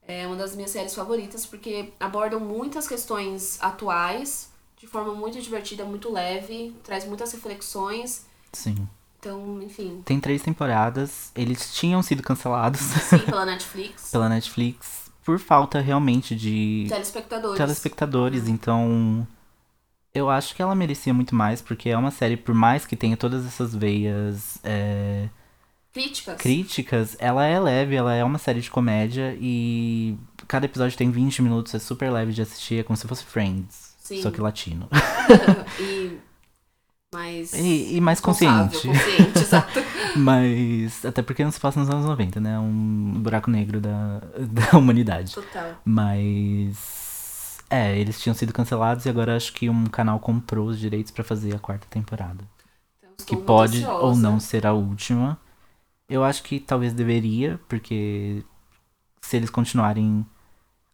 [SPEAKER 1] É uma das minhas séries favoritas porque abordam muitas questões atuais de forma muito divertida, muito leve, traz muitas reflexões.
[SPEAKER 2] Sim.
[SPEAKER 1] Então, enfim,
[SPEAKER 2] Tem três temporadas. Eles tinham sido cancelados
[SPEAKER 1] sim, pela Netflix.
[SPEAKER 2] pela Netflix por falta realmente de
[SPEAKER 1] Telespectadores.
[SPEAKER 2] telespectadores. Então, eu acho que ela merecia muito mais, porque é uma série, por mais que tenha todas essas veias é,
[SPEAKER 1] Críticas.
[SPEAKER 2] críticas, ela é leve, ela é uma série de comédia e cada episódio tem 20 minutos, é super leve de assistir, é como se fosse Friends.
[SPEAKER 1] Sim.
[SPEAKER 2] Só que latino.
[SPEAKER 1] e mais.
[SPEAKER 2] E, e mais
[SPEAKER 1] responsável,
[SPEAKER 2] consciente.
[SPEAKER 1] Consciente, exato.
[SPEAKER 2] Mas. Até porque não se passa nos anos 90, né? É Um buraco negro da, da humanidade.
[SPEAKER 1] Total.
[SPEAKER 2] Mas. É, eles tinham sido cancelados e agora acho que um canal comprou os direitos pra fazer a quarta temporada.
[SPEAKER 1] Então,
[SPEAKER 2] que
[SPEAKER 1] estou muito
[SPEAKER 2] pode
[SPEAKER 1] ansiosa.
[SPEAKER 2] ou não ser a última. Eu acho que talvez deveria, porque se eles continuarem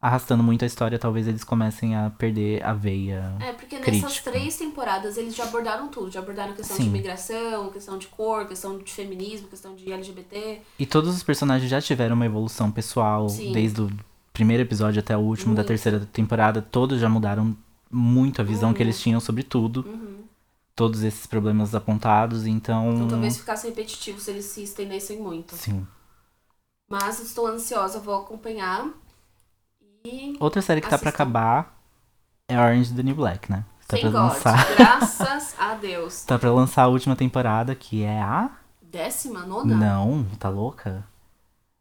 [SPEAKER 2] arrastando muito a história, talvez eles comecem a perder a veia.
[SPEAKER 1] É, porque nessas
[SPEAKER 2] Crítica.
[SPEAKER 1] três temporadas eles já abordaram tudo. Já abordaram questão de
[SPEAKER 2] né? Sim.
[SPEAKER 1] imigração, questão de cor, questão de feminismo, questão de LGBT.
[SPEAKER 2] E todos os personagens já tiveram uma evolução pessoal,
[SPEAKER 1] Sim.
[SPEAKER 2] desde o primeiro episódio até o último da
[SPEAKER 1] Muito.
[SPEAKER 2] terceira temporada, todos já mudaram muito a visão que
[SPEAKER 1] Muito.
[SPEAKER 2] eles tinham sobre tudo. Todos esses problemas apontados, então.
[SPEAKER 1] Uhum. Então talvez ficasse repetitivo se eles se estendessem muito.
[SPEAKER 2] Sim.
[SPEAKER 1] Mas estou ansiosa, vou acompanhar. E
[SPEAKER 2] Outra série que tá pra
[SPEAKER 1] Assistam.
[SPEAKER 2] acabar é Orange is the New Black, né? Tá
[SPEAKER 1] sem
[SPEAKER 2] pra
[SPEAKER 1] God,
[SPEAKER 2] lançar.
[SPEAKER 1] graças a Deus.
[SPEAKER 2] Tá pra lançar a última temporada, que é a.
[SPEAKER 1] Décima nona?
[SPEAKER 2] Não, tá louca?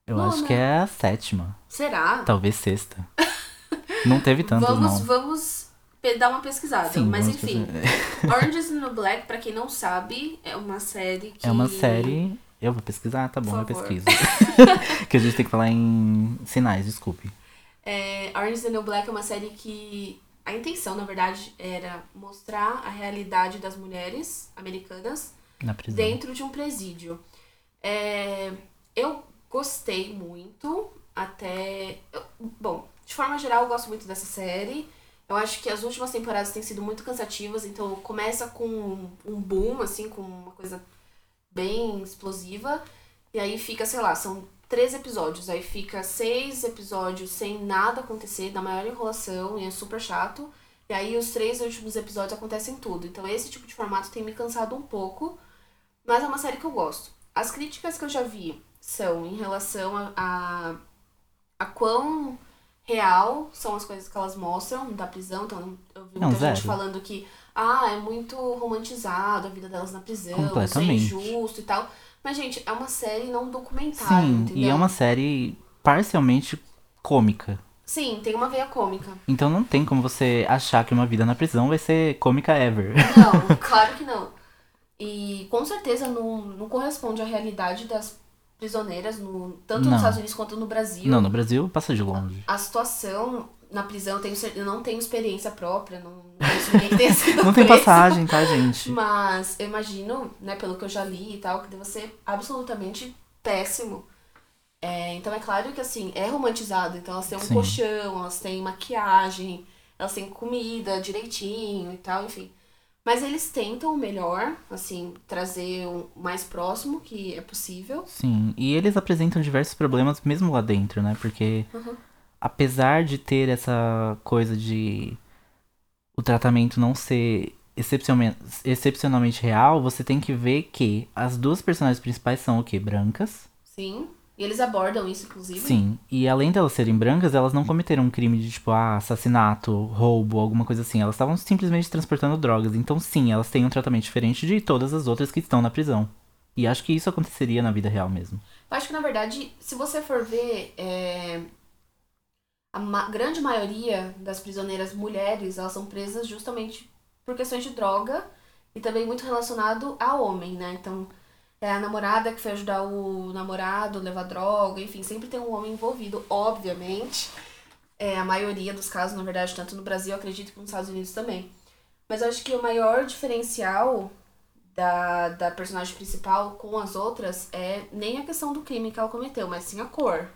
[SPEAKER 2] Eu
[SPEAKER 1] Nona.
[SPEAKER 2] acho que é a sétima.
[SPEAKER 1] Será?
[SPEAKER 2] Talvez sexta. não teve tantas,
[SPEAKER 1] vamos,
[SPEAKER 2] não.
[SPEAKER 1] vamos pe- dar uma pesquisada.
[SPEAKER 2] Sim,
[SPEAKER 1] Mas
[SPEAKER 2] vamos
[SPEAKER 1] enfim,
[SPEAKER 2] fazer-
[SPEAKER 1] Orange is the New Black, pra quem não sabe, é uma série que...
[SPEAKER 2] É uma série. Eu vou pesquisar? Tá bom,
[SPEAKER 1] Por
[SPEAKER 2] eu
[SPEAKER 1] favor.
[SPEAKER 2] pesquiso. que a gente tem que falar em sinais, desculpe.
[SPEAKER 1] É, Orange is the New Black é uma série que a intenção, na verdade, era mostrar a realidade das mulheres americanas
[SPEAKER 2] Na prisão.
[SPEAKER 1] dentro de um presídio. É, eu gostei muito, até. eu- bom, de forma geral, eu gosto muito dessa série. Eu acho que as últimas temporadas têm sido muito cansativas, então começa com um boom, assim, com uma coisa bem explosiva. E aí fica, sei lá, são três episódios. Aí fica seis episódios sem nada acontecer, na maior enrolação, e é super chato. E aí os três últimos episódios acontecem tudo. Então esse tipo de formato tem me cansado um pouco. Mas é uma série que eu gosto. As críticas que eu já vi são em relação a, a, a quão real são as coisas que elas mostram da prisão. Então, eu vi
[SPEAKER 2] Não,
[SPEAKER 1] muita gente
[SPEAKER 2] zero.
[SPEAKER 1] falando que ah, é muito romantizado a vida delas na prisão, isso é
[SPEAKER 2] Completamente.
[SPEAKER 1] injusto e tal. Mas, gente, é uma série não documentária,
[SPEAKER 2] Sim,
[SPEAKER 1] entendeu?
[SPEAKER 2] e é uma série parcialmente cômica.
[SPEAKER 1] Sim, tem uma veia cômica.
[SPEAKER 2] Então não tem como você achar que uma vida na prisão vai ser cômica
[SPEAKER 1] Não,
[SPEAKER 2] ever.
[SPEAKER 1] claro que não. E com certeza não, não corresponde à realidade das prisioneiras, no, tanto
[SPEAKER 2] Não.
[SPEAKER 1] nos Estados Unidos quanto no Brasil.
[SPEAKER 2] Não, no Brasil passa de longe.
[SPEAKER 1] A situação na prisão, eu, tenho cer- eu não tenho experiência própria, não não conheço ninguém que tenha sido
[SPEAKER 2] Não tem
[SPEAKER 1] preso.
[SPEAKER 2] passagem, tá, gente?
[SPEAKER 1] Mas eu imagino, né, pelo que eu já li e tal, que deve ser absolutamente péssimo. É, então é claro que assim, é romantizado. Então elas têm um
[SPEAKER 2] Sim.
[SPEAKER 1] colchão, elas têm maquiagem, elas têm comida direitinho e tal, enfim. Mas eles tentam o melhor, assim, trazer o mais próximo que é possível.
[SPEAKER 2] Sim, e eles apresentam diversos problemas mesmo lá dentro, né? Porque
[SPEAKER 1] Uhum.
[SPEAKER 2] apesar de ter essa coisa de o tratamento não ser excepcionalmente, excepcionalmente real, você tem que ver que as duas personagens principais são o quê? Brancas.
[SPEAKER 1] Sim. E eles abordam isso, inclusive. né?
[SPEAKER 2] Sim, e além delas serem brancas, elas não cometeram um crime de tipo ah, assassinato, roubo, alguma coisa assim. Elas estavam simplesmente transportando drogas. Então, sim, elas têm um tratamento diferente de todas as outras que estão na prisão. E acho que isso aconteceria na vida real mesmo.
[SPEAKER 1] Eu acho que, na verdade, se você for ver, é, a ma- grande maioria das prisioneiras mulheres, elas são presas justamente por questões de droga e também muito relacionado a homem, né? Então, é a namorada que foi ajudar o namorado, levar droga, enfim, sempre tem um homem envolvido, obviamente. É, a maioria dos casos, na verdade, tanto no Brasil, eu acredito que nos Estados Unidos também. Mas eu acho que o maior diferencial da, da personagem principal com as outras é nem a questão do crime que ela cometeu, mas sim a cor.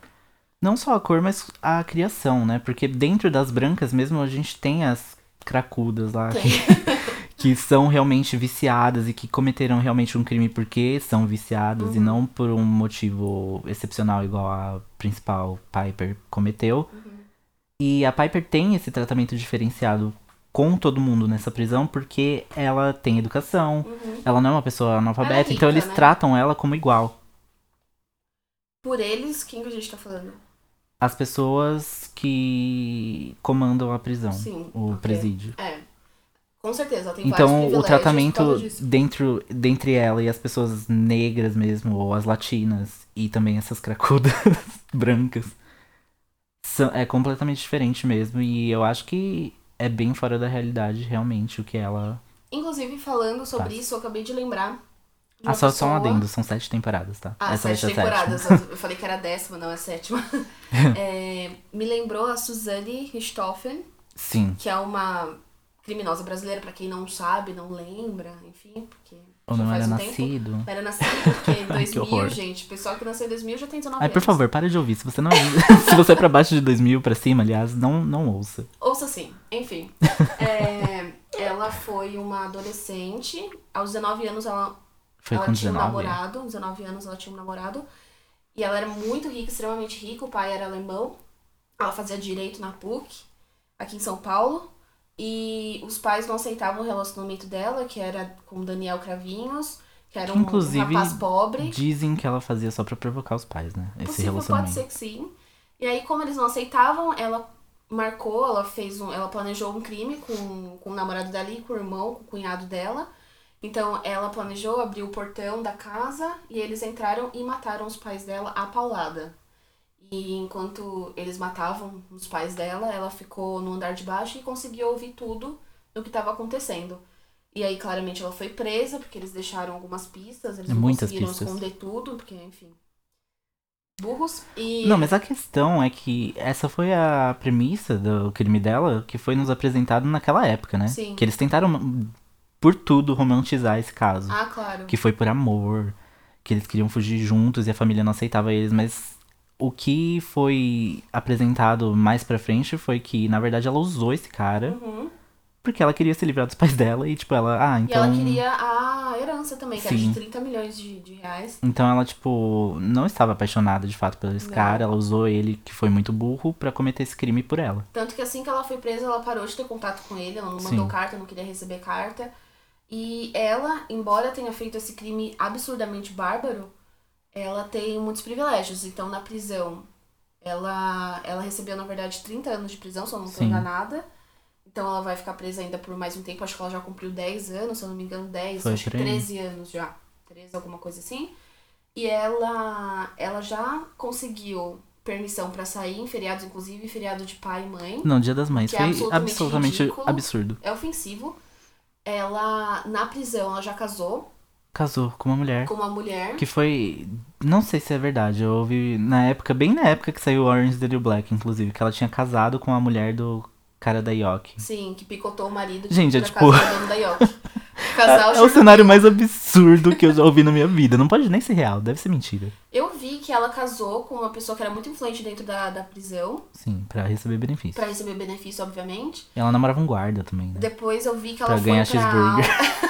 [SPEAKER 2] Não só a cor, mas a criação, né? Porque dentro das brancas mesmo a gente tem as cracudas lá que, que são realmente viciadas e que cometeram realmente um crime porque são viciadas
[SPEAKER 1] Uhum.
[SPEAKER 2] e não por um motivo excepcional igual a principal Piper cometeu. E a Piper tem esse tratamento diferenciado com todo mundo nessa prisão porque ela tem educação,
[SPEAKER 1] Uhum.
[SPEAKER 2] ela não é uma pessoa analfabeta,
[SPEAKER 1] rica,
[SPEAKER 2] então eles
[SPEAKER 1] né?
[SPEAKER 2] tratam ela como igual.
[SPEAKER 1] Por eles, quem que a gente tá falando?
[SPEAKER 2] as pessoas que comandam a prisão,
[SPEAKER 1] Sim.
[SPEAKER 2] Então, o
[SPEAKER 1] ok.
[SPEAKER 2] presídio.
[SPEAKER 1] É. Com certeza, ela tem vários
[SPEAKER 2] Então, o
[SPEAKER 1] privilégios por
[SPEAKER 2] tratamento
[SPEAKER 1] causa disso.
[SPEAKER 2] dentro, dentre ela e as pessoas negras mesmo, ou as latinas, e também essas cracudas brancas, são- é completamente diferente mesmo. E eu acho que é bem fora da realidade, realmente, o que ela.
[SPEAKER 1] Inclusive, falando sobre
[SPEAKER 2] Tá.
[SPEAKER 1] isso, eu acabei de lembrar. de uma
[SPEAKER 2] Ah, só, só um
[SPEAKER 1] pessoa-
[SPEAKER 2] adendo, são sete temporadas, tá?
[SPEAKER 1] Ah,
[SPEAKER 2] vai
[SPEAKER 1] sete
[SPEAKER 2] ser a sétima.
[SPEAKER 1] temporadas. Eu falei que era a décima, não, é a sétima. É, me lembrou a Suzanne Richthofen,
[SPEAKER 2] Sim,
[SPEAKER 1] que é uma criminosa brasileira, pra quem não sabe, não lembra, enfim, porque
[SPEAKER 2] ou
[SPEAKER 1] já
[SPEAKER 2] não
[SPEAKER 1] faz
[SPEAKER 2] era
[SPEAKER 1] um tempo.
[SPEAKER 2] nascido.
[SPEAKER 1] Não era nascida, porque em
[SPEAKER 2] horror.
[SPEAKER 1] 2000, gente, o pessoal que nasceu em 2000 já tem 19
[SPEAKER 2] Ai, por
[SPEAKER 1] anos.
[SPEAKER 2] favor, para de ouvir. Se você não se você é pra baixo de 2000 pra cima, aliás, não, não ouça.
[SPEAKER 1] Ouça assim, enfim. É, ela foi uma adolescente. Aos 19 anos ela,
[SPEAKER 2] Foi
[SPEAKER 1] ela
[SPEAKER 2] com
[SPEAKER 1] tinha um
[SPEAKER 2] 19.
[SPEAKER 1] namorado. Aos 19 anos ela tinha um namorado. E ela era muito rica, extremamente rica. O pai era alemão. Ela fazia direito na PUC, aqui em São Paulo. E os pais não aceitavam o relacionamento dela, que era com Daniel Cravinhos, que era um, um
[SPEAKER 2] Inclusive,
[SPEAKER 1] rapaz pobre.
[SPEAKER 2] Dizem que ela fazia só pra provocar os pais, né? Esse
[SPEAKER 1] Possível pode
[SPEAKER 2] relacionamento.
[SPEAKER 1] ser que sim. E aí, como eles não aceitavam, ela marcou, ela fez um. Ela planejou um crime com, com o namorado dali, com o irmão, com o cunhado dela. Então ela planejou, abriu o portão da casa e eles entraram e mataram os pais dela a paulada. E enquanto eles matavam os pais dela, ela ficou no andar de baixo e conseguiu ouvir tudo do que estava acontecendo. E aí, claramente, ela foi presa, porque eles deixaram algumas pistas, eles não
[SPEAKER 2] É Muitas
[SPEAKER 1] conseguiram
[SPEAKER 2] pistas.
[SPEAKER 1] esconder tudo, porque, enfim. Burros. E.
[SPEAKER 2] Não, mas a questão é que essa foi a premissa do crime dela que foi nos apresentado naquela época, né?
[SPEAKER 1] Sim.
[SPEAKER 2] Que eles tentaram, hum, por tudo, romantizar esse caso.
[SPEAKER 1] Ah, claro.
[SPEAKER 2] Que foi por amor, que eles queriam fugir juntos e a família não aceitava eles, mas o que foi apresentado mais pra frente foi que, na verdade, ela usou esse cara
[SPEAKER 1] Uhum.
[SPEAKER 2] porque ela queria se livrar dos pais dela e, tipo, ela, ah,
[SPEAKER 1] E
[SPEAKER 2] então.
[SPEAKER 1] ela queria a herança também, que era de
[SPEAKER 2] Sim.
[SPEAKER 1] 30 milhões de, de reais.
[SPEAKER 2] Então ela, tipo, não estava apaixonada de fato pelo esse
[SPEAKER 1] Não.
[SPEAKER 2] cara, ela usou ele, que foi muito burro, pra cometer esse crime por ela.
[SPEAKER 1] Tanto que assim que ela foi presa, ela parou de ter contato com ele, ela não
[SPEAKER 2] Sim.
[SPEAKER 1] mandou carta, não queria receber carta. E ela, embora tenha feito esse crime absurdamente bárbaro, ela tem muitos privilégios. Então, na prisão, ela, ela recebeu, na verdade, 30 anos de prisão, se eu não estou
[SPEAKER 2] Sim.
[SPEAKER 1] enganada. Então, ela vai ficar presa ainda por mais um tempo. Acho que ela já cumpriu 10 anos, se eu não me engano, 10,
[SPEAKER 2] Foi
[SPEAKER 1] acho que
[SPEAKER 2] por aí.
[SPEAKER 1] 13 anos já. 13, alguma coisa assim. E ela, ela já conseguiu permissão pra sair em feriados, inclusive feriado de pai e mãe.
[SPEAKER 2] Não, Dia das Mães
[SPEAKER 1] Que é
[SPEAKER 2] foi
[SPEAKER 1] absolutamente
[SPEAKER 2] absolutamente
[SPEAKER 1] ridículo.
[SPEAKER 2] absurdo.
[SPEAKER 1] É ofensivo. Ela, na prisão, ela já casou
[SPEAKER 2] Casou com uma mulher
[SPEAKER 1] com uma mulher.
[SPEAKER 2] É. que foi. Não sei se é verdade, eu ouvi na época, bem na época que saiu Orange is the New Black, inclusive, que ela tinha casado com a mulher do cara da Yoki.
[SPEAKER 1] Sim, que picotou o marido de
[SPEAKER 2] Gente, é
[SPEAKER 1] pra
[SPEAKER 2] tipo-
[SPEAKER 1] casar com o dono da York. O casal
[SPEAKER 2] É, é o
[SPEAKER 1] chegou-
[SPEAKER 2] cenário mais absurdo que eu já ouvi na minha vida. Não pode nem ser real, deve ser mentira.
[SPEAKER 1] Eu vi que ela casou com uma pessoa que era muito influente dentro da, da prisão,
[SPEAKER 2] Sim, pra receber benefício.
[SPEAKER 1] pra receber benefício, obviamente.
[SPEAKER 2] Ela namorava um guarda também, né?
[SPEAKER 1] Depois eu vi que ela
[SPEAKER 2] Pra ganhar
[SPEAKER 1] foi pra aula.
[SPEAKER 2] cheeseburger.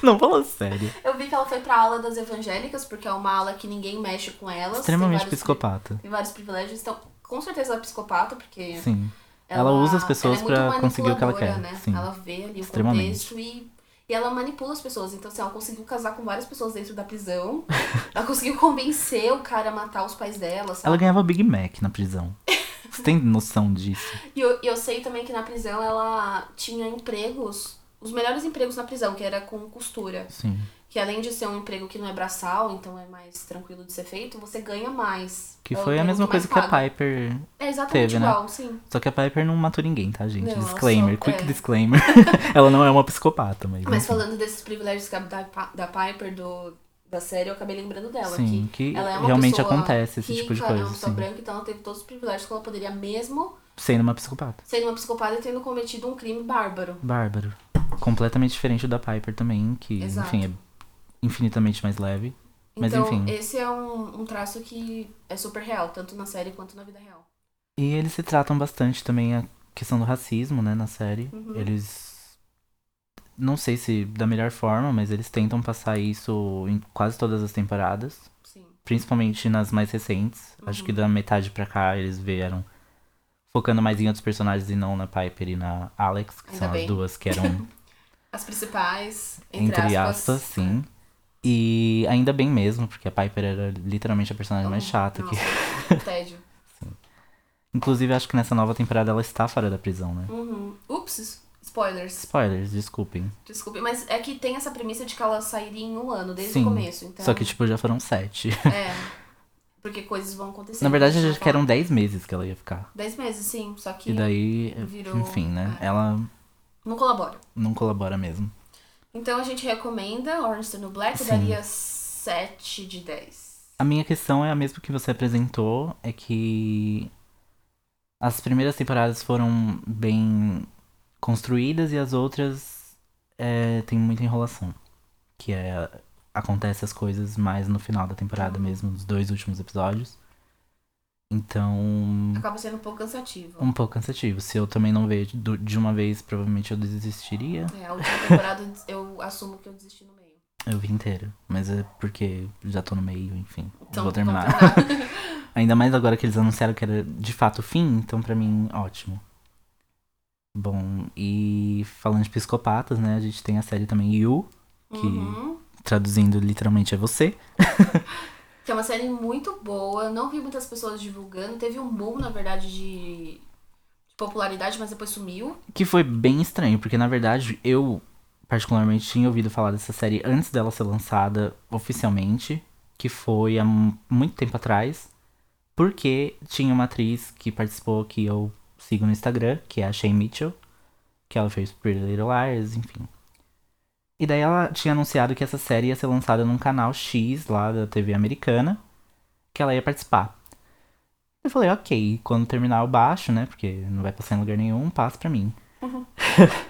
[SPEAKER 2] Não, fala sério.
[SPEAKER 1] Eu vi que ela foi pra ala das evangélicas, porque é uma ala que ninguém mexe com elas. tem
[SPEAKER 2] Extremamente
[SPEAKER 1] vários-
[SPEAKER 2] psicopata.
[SPEAKER 1] Tem vários privilégios, então com certeza ela é psicopata, porque
[SPEAKER 2] Sim. Ela usa as pessoas
[SPEAKER 1] ela é muito
[SPEAKER 2] pra conseguir o que ela
[SPEAKER 1] manipuladora, né?
[SPEAKER 2] quer, sim.
[SPEAKER 1] Ela vê ali o
[SPEAKER 2] Extremamente.
[SPEAKER 1] contexto e, E ela manipula as pessoas. Então, assim, ela conseguiu casar com várias pessoas dentro da prisão. ela conseguiu convencer o cara a matar os pais dela, sabe?
[SPEAKER 2] Ela ganhava Big Mac na prisão. Você tem noção disso?
[SPEAKER 1] E eu, e eu sei também que na prisão ela tinha empregos, os melhores empregos na prisão, que era com costura.
[SPEAKER 2] Sim.
[SPEAKER 1] Que além de ser um emprego que não é braçal, então é mais tranquilo de ser feito, você ganha mais.
[SPEAKER 2] Que
[SPEAKER 1] É o
[SPEAKER 2] foi a
[SPEAKER 1] emprego
[SPEAKER 2] mesma
[SPEAKER 1] mais
[SPEAKER 2] coisa que a
[SPEAKER 1] pago.
[SPEAKER 2] Piper.
[SPEAKER 1] É exatamente
[SPEAKER 2] teve, né?
[SPEAKER 1] igual, sim.
[SPEAKER 2] Só que a Piper não matou ninguém, tá, gente?
[SPEAKER 1] Não, ela
[SPEAKER 2] disclaimer,
[SPEAKER 1] só- é.
[SPEAKER 2] quick disclaimer. ela não é uma psicopata, mas.
[SPEAKER 1] Mas
[SPEAKER 2] enfim.
[SPEAKER 1] falando desses privilégios que a- da, Pa- da Piper, do, da série, eu acabei lembrando dela.
[SPEAKER 2] Sim,
[SPEAKER 1] que
[SPEAKER 2] que
[SPEAKER 1] ela é uma
[SPEAKER 2] realmente
[SPEAKER 1] pessoa
[SPEAKER 2] acontece esse
[SPEAKER 1] rica,
[SPEAKER 2] tipo de
[SPEAKER 1] é
[SPEAKER 2] coisa.
[SPEAKER 1] uma pessoa
[SPEAKER 2] sim.
[SPEAKER 1] branca, então ela teve todos os privilégios que ela poderia mesmo
[SPEAKER 2] Sendo uma psicopata.
[SPEAKER 1] sendo uma psicopata e tendo cometido um crime bárbaro.
[SPEAKER 2] Bárbaro. Completamente diferente da Piper também, que,
[SPEAKER 1] Exato.
[SPEAKER 2] enfim, é infinitamente mais leve. Mas
[SPEAKER 1] então,
[SPEAKER 2] enfim.
[SPEAKER 1] esse é um, um traço que é super real, tanto na série quanto na vida real.
[SPEAKER 2] E eles se tratam bastante também a questão do racismo, né, na série.
[SPEAKER 1] Uhum.
[SPEAKER 2] Eles. Não sei se da melhor forma, mas eles tentam passar isso em quase todas as temporadas.
[SPEAKER 1] Sim.
[SPEAKER 2] principalmente nas mais recentes. Acho
[SPEAKER 1] Uhum.
[SPEAKER 2] que da metade pra cá eles vieram focando mais em outros personagens e não na Piper e na Alex, que
[SPEAKER 1] Ainda
[SPEAKER 2] são
[SPEAKER 1] bem.
[SPEAKER 2] as duas que eram
[SPEAKER 1] As principais, entre,
[SPEAKER 2] entre, aspas, sim. E ainda bem mesmo, porque a Piper era literalmente a personagem mais
[SPEAKER 1] Uhum.
[SPEAKER 2] chata. Que...
[SPEAKER 1] Nossa, um tédio.
[SPEAKER 2] Inclusive, acho que nessa nova temporada ela está fora da prisão, né?
[SPEAKER 1] Uhum. Ups, spoilers.
[SPEAKER 2] Spoilers, desculpem.
[SPEAKER 1] Desculpe, mas é que tem essa premissa de que ela sairia em um ano, desde
[SPEAKER 2] Sim,
[SPEAKER 1] o começo. Então,
[SPEAKER 2] Só que, tipo, já foram sete.
[SPEAKER 1] É. Porque coisas vão acontecer.
[SPEAKER 2] Na verdade,
[SPEAKER 1] Então,
[SPEAKER 2] acho que eram dez meses que ela ia ficar.
[SPEAKER 1] Dez meses, sim. Só que
[SPEAKER 2] E daí,
[SPEAKER 1] virou-
[SPEAKER 2] enfim, né?
[SPEAKER 1] é.
[SPEAKER 2] Ela
[SPEAKER 1] não colabora.
[SPEAKER 2] não colabora mesmo.
[SPEAKER 1] Então a gente recomenda Orange is the New Black. Eu
[SPEAKER 2] Sim.
[SPEAKER 1] daria 7 de 10.
[SPEAKER 2] A minha questão é a mesma que você apresentou, é que as primeiras temporadas foram bem construídas e as outras é, tem muita enrolação. Que é. Acontece as coisas mais no final da temporada
[SPEAKER 1] Uhum.
[SPEAKER 2] mesmo, dos dois últimos episódios. Então.
[SPEAKER 1] Acaba sendo um pouco cansativo.
[SPEAKER 2] Um pouco cansativo. Se eu também não vejo do- de uma vez, provavelmente eu desistiria.
[SPEAKER 1] É, a última temporada eu assumo que eu desisti no meio.
[SPEAKER 2] Eu vi inteiro. Mas é porque já tô no meio, enfim.
[SPEAKER 1] Então,
[SPEAKER 2] vou
[SPEAKER 1] vamos
[SPEAKER 2] terminar. Ainda mais agora que eles anunciaram que era de fato o fim, então pra mim, ótimo. Bom, e falando de psicopatas, né? A gente tem a série também You, Que-
[SPEAKER 1] Uhum.
[SPEAKER 2] traduzindo literalmente é você.
[SPEAKER 1] Que é uma série muito boa. Eu não vi muitas pessoas divulgando. Teve um boom, na verdade, de, de popularidade, mas depois sumiu.
[SPEAKER 2] Que foi bem estranho, porque na verdade eu particularmente tinha ouvido falar dessa série antes dela ser lançada oficialmente, que foi há mu- muito tempo atrás, porque tinha uma atriz que participou que eu sigo no Instagram, que é a Shane Mitchell, que ela fez Pretty Little Liars, enfim. E daí ela tinha anunciado que essa série ia ser lançada num canal X lá da TV americana, que ela ia participar. Eu falei, ok, quando terminar eu baixo, né? Porque não vai passar em lugar nenhum, passa pra mim.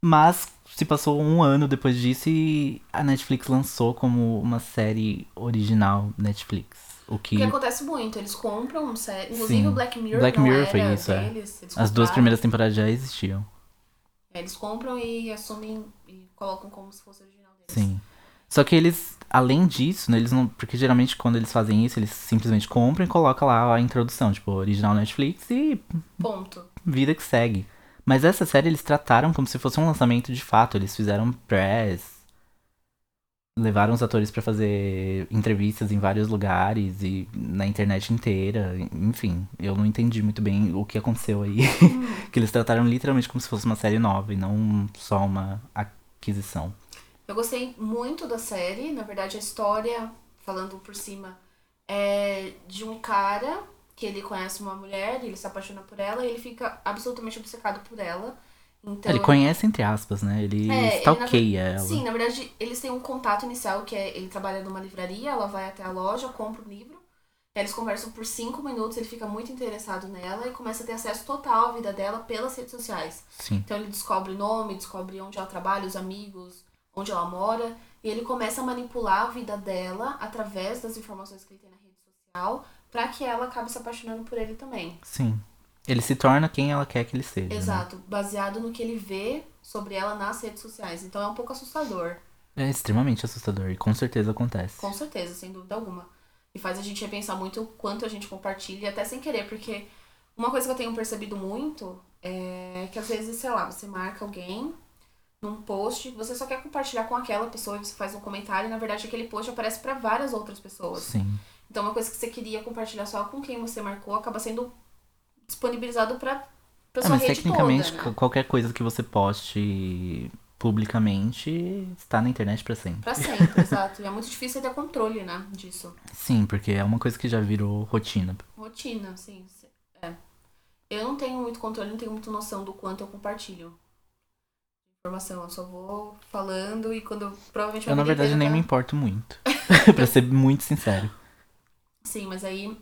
[SPEAKER 2] Mas se passou um ano depois disso e a Netflix lançou como uma série original Netflix. O que
[SPEAKER 1] Porque acontece muito, eles compram série. Inclusive
[SPEAKER 2] Sim.
[SPEAKER 1] o Black Mirror.
[SPEAKER 2] Black
[SPEAKER 1] não
[SPEAKER 2] Mirror
[SPEAKER 1] era
[SPEAKER 2] foi isso, é.
[SPEAKER 1] deles, eles
[SPEAKER 2] as duas
[SPEAKER 1] compraram.
[SPEAKER 2] primeiras temporadas já existiam.
[SPEAKER 1] É, Eles compram e assumem e colocam como se fosse original deles.
[SPEAKER 2] Sim. Só que eles, além disso, né, eles não. Porque geralmente quando eles fazem isso, eles simplesmente compram e colocam lá a introdução, tipo, original Netflix e
[SPEAKER 1] Ponto.
[SPEAKER 2] vida que segue. Mas essa série eles trataram como se fosse um lançamento de fato. Eles fizeram press, levaram os atores pra fazer entrevistas em vários lugares e na internet inteira. Enfim, eu não entendi muito bem o que aconteceu aí. que eles trataram literalmente como se fosse uma série nova e não só uma aquisição.
[SPEAKER 1] Eu gostei muito da série. Na verdade, a história, falando por cima, é de um cara que ele conhece uma mulher, ele se apaixona por ela e ele fica absolutamente obcecado por ela. Então,
[SPEAKER 2] É, ele conhece entre aspas, né? Ele
[SPEAKER 1] É, ele na-
[SPEAKER 2] stalkeia ela.
[SPEAKER 1] Sim, na verdade, eles têm um contato inicial que é ele trabalha numa livraria, ela vai até a loja, compra o livro, aí eles conversam por cinco minutos, ele fica muito interessado nela e começa a ter acesso total à vida dela pelas redes sociais.
[SPEAKER 2] Sim.
[SPEAKER 1] Então ele descobre o nome, descobre onde ela trabalha, os amigos, onde ela mora, e ele começa a manipular a vida dela através das informações que ele tem na rede social, pra que ela acabe se apaixonando por ele também.
[SPEAKER 2] Sim. Ele se torna quem ela quer que ele seja. né?
[SPEAKER 1] Exato, baseado no que ele vê sobre ela nas redes sociais. Então é um pouco assustador.
[SPEAKER 2] É extremamente assustador e com certeza acontece.
[SPEAKER 1] Com certeza, sem dúvida alguma. E faz a gente repensar muito o quanto a gente compartilha, até sem querer, porque uma coisa que eu tenho percebido muito é que às vezes, sei lá, você marca alguém, num post, você só quer compartilhar com aquela pessoa e você faz um comentário, e na verdade aquele post aparece para várias outras pessoas.
[SPEAKER 2] Sim.
[SPEAKER 1] Então uma coisa que você queria compartilhar só com quem você marcou acaba sendo disponibilizado pra, pra
[SPEAKER 2] É,
[SPEAKER 1] sua
[SPEAKER 2] mas
[SPEAKER 1] rede
[SPEAKER 2] tecnicamente,
[SPEAKER 1] toda, né?
[SPEAKER 2] qu- qualquer coisa que você poste publicamente está na internet pra sempre.
[SPEAKER 1] Pra sempre, exato. E é muito difícil você ter controle, né, disso.
[SPEAKER 2] Sim, porque é uma coisa que já virou rotina.
[SPEAKER 1] Rotina, assim, cê- é. Eu não tenho muito controle, não tenho muita noção do quanto eu compartilho informação. Eu só vou falando e quando eu provavelmente...
[SPEAKER 2] Eu,
[SPEAKER 1] uma
[SPEAKER 2] na
[SPEAKER 1] vida
[SPEAKER 2] verdade,
[SPEAKER 1] inteira
[SPEAKER 2] nem
[SPEAKER 1] tá-
[SPEAKER 2] me importo muito. pra ser muito sincero.
[SPEAKER 1] Sim, mas aí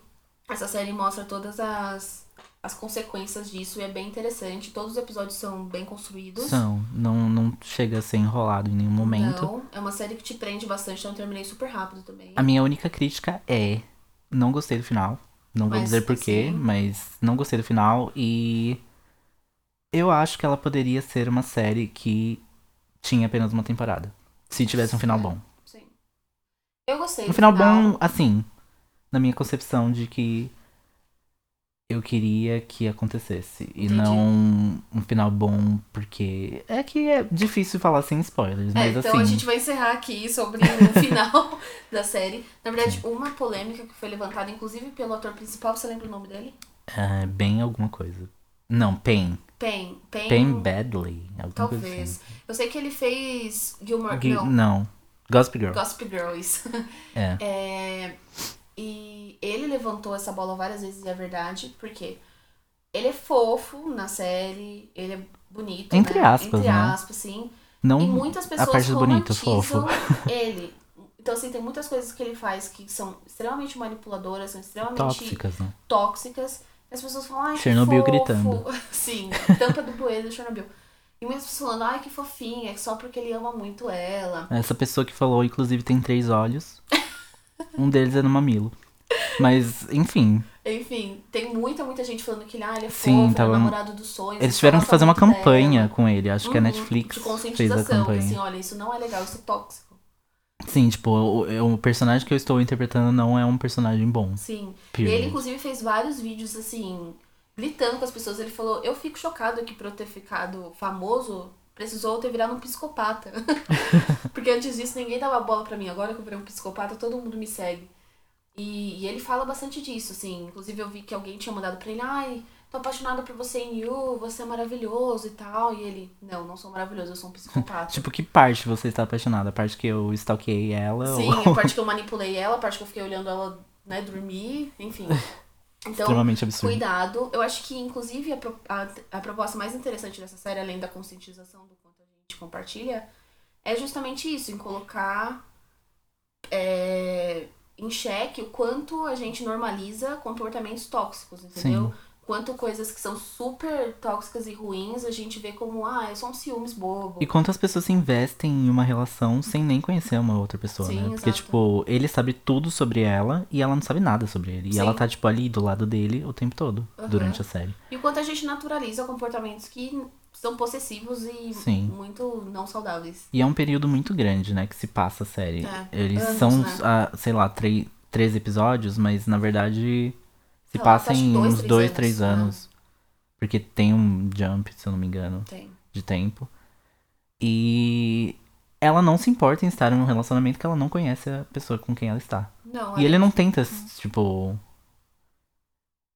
[SPEAKER 1] essa série mostra todas as, as consequências disso e é bem interessante. Todos os episódios são bem construídos.
[SPEAKER 2] São, não, não chega a ser enrolado em nenhum momento.
[SPEAKER 1] Não, é uma série que te prende bastante, então eu terminei super rápido também.
[SPEAKER 2] A minha única crítica é: não gostei do final. Não vou
[SPEAKER 1] Mas,
[SPEAKER 2] dizer porquê,
[SPEAKER 1] assim-
[SPEAKER 2] mas não gostei do final. E eu acho que ela poderia ser uma série que tinha apenas uma temporada. Se tivesse um final bom.
[SPEAKER 1] Sim. Eu gostei.
[SPEAKER 2] Um
[SPEAKER 1] do
[SPEAKER 2] final bom, assim, na minha concepção de que eu queria que acontecesse. E
[SPEAKER 1] Entendi.
[SPEAKER 2] não um final bom, porque é que é difícil falar sem spoilers,
[SPEAKER 1] É,
[SPEAKER 2] mas
[SPEAKER 1] então
[SPEAKER 2] assim.
[SPEAKER 1] a gente vai encerrar aqui sobre o final da série. Na verdade, uma polêmica que foi levantada, inclusive pelo ator principal, você lembra o nome dele?
[SPEAKER 2] é bem alguma coisa. Não, Pain.
[SPEAKER 1] Pen. Pen.
[SPEAKER 2] Pain Badly. Alguma coisa assim.
[SPEAKER 1] talvez. Eu sei que ele fez Gilmore.
[SPEAKER 2] Gui-
[SPEAKER 1] Não,
[SPEAKER 2] não. Gossip Girl.
[SPEAKER 1] Gossip Girl, isso.
[SPEAKER 2] É.
[SPEAKER 1] É, e ele levantou essa bola várias vezes, e é verdade, porque ele é fofo na série, ele é bonito,
[SPEAKER 2] Entre
[SPEAKER 1] né?
[SPEAKER 2] aspas,
[SPEAKER 1] Entre
[SPEAKER 2] né?
[SPEAKER 1] aspas, sim. E
[SPEAKER 2] Não.
[SPEAKER 1] muitas pessoas
[SPEAKER 2] parte do bonito,
[SPEAKER 1] romantizam ele. Então, assim, tem muitas coisas que ele faz que são extremamente manipuladoras, são extremamente
[SPEAKER 2] Tóxicas, não.
[SPEAKER 1] tóxicas. E as pessoas falam, ai, que
[SPEAKER 2] Chernobyl
[SPEAKER 1] fofo.
[SPEAKER 2] gritando.
[SPEAKER 1] Sim, tampa do bueiro do Chernobyl. E muitas pessoas falando, ai, que fofinha, é só porque ele ama muito ela.
[SPEAKER 2] Essa pessoa que falou, inclusive, tem três olhos. um deles é no mamilo. Mas, enfim,
[SPEAKER 1] Enfim, tem muita, muita gente falando que ele, ah, ele é fofo,
[SPEAKER 2] Sim,
[SPEAKER 1] ele é o
[SPEAKER 2] tava-
[SPEAKER 1] namorado dos sonhos.
[SPEAKER 2] eles
[SPEAKER 1] ele
[SPEAKER 2] tiveram que
[SPEAKER 1] gosta
[SPEAKER 2] fazer uma
[SPEAKER 1] muito dela.
[SPEAKER 2] campanha com ele. Acho que a
[SPEAKER 1] Uhum,
[SPEAKER 2] Netflix
[SPEAKER 1] De
[SPEAKER 2] fez a
[SPEAKER 1] conscientização, que
[SPEAKER 2] campanha.
[SPEAKER 1] assim, olha, isso não é legal, isso é tóxico.
[SPEAKER 2] Sim, tipo, o, o personagem que eu estou interpretando não é um personagem bom.
[SPEAKER 1] Sim. E
[SPEAKER 2] Period.
[SPEAKER 1] ele, inclusive, fez vários vídeos, assim, gritando com as pessoas. Ele falou, eu fico chocado que pra eu ter ficado famoso, precisou eu ter virado um psicopata. Porque antes disso, ninguém dava bola pra mim. Agora que eu virei um psicopata, todo mundo me segue. E, e ele fala bastante disso, assim. Inclusive, eu vi que alguém tinha mandado pra ele, ai, tô apaixonada por você em You, você é maravilhoso e tal. E ele, não, não sou maravilhoso, eu sou um psicopata.
[SPEAKER 2] Tipo, que parte você está apaixonada? A parte que eu stalkeei ela?
[SPEAKER 1] Sim, então,
[SPEAKER 2] ou...
[SPEAKER 1] a parte que eu manipulei ela, a parte que eu fiquei olhando ela, né, dormir, enfim. Então,
[SPEAKER 2] Extremamente absurdo.
[SPEAKER 1] Cuidado. Eu acho que, inclusive, a, pro- a, a proposta mais interessante dessa série, além da conscientização do quanto a gente compartilha, é justamente isso, em colocar é, em xeque o quanto a gente normaliza comportamentos tóxicos, entendeu?
[SPEAKER 2] Sim.
[SPEAKER 1] Quanto coisas que são super tóxicas e ruins a gente vê como, ah, é só um ciúmes bobo.
[SPEAKER 2] E quantas pessoas se investem em uma relação sem nem conhecer uma outra pessoa,
[SPEAKER 1] Sim,
[SPEAKER 2] né? Porque,
[SPEAKER 1] exato.
[SPEAKER 2] tipo, ele sabe tudo sobre ela e ela não sabe nada sobre ele. E
[SPEAKER 1] Sim.
[SPEAKER 2] ela tá, tipo, ali do lado dele o tempo todo,
[SPEAKER 1] Aham.
[SPEAKER 2] durante a série.
[SPEAKER 1] E o quanto a gente naturaliza comportamentos que são possessivos e
[SPEAKER 2] Sim.
[SPEAKER 1] muito não saudáveis.
[SPEAKER 2] E é um período muito grande, né, que se passa a série.
[SPEAKER 1] É,
[SPEAKER 2] Eles
[SPEAKER 1] anos,
[SPEAKER 2] são,
[SPEAKER 1] né?
[SPEAKER 2] ah, sei lá, três, três episódios, mas na verdade se
[SPEAKER 1] Sei lá,
[SPEAKER 2] passa
[SPEAKER 1] acho que
[SPEAKER 2] em
[SPEAKER 1] dois,
[SPEAKER 2] uns
[SPEAKER 1] três
[SPEAKER 2] dois,
[SPEAKER 1] anos,
[SPEAKER 2] três
[SPEAKER 1] né?
[SPEAKER 2] anos. Porque tem um jump, se eu não me engano,
[SPEAKER 1] Tem.
[SPEAKER 2] de tempo. E ela não se importa em estar em um relacionamento que ela não conhece a pessoa com quem ela está.
[SPEAKER 1] Não,
[SPEAKER 2] E
[SPEAKER 1] é-
[SPEAKER 2] ele não tenta, tipo.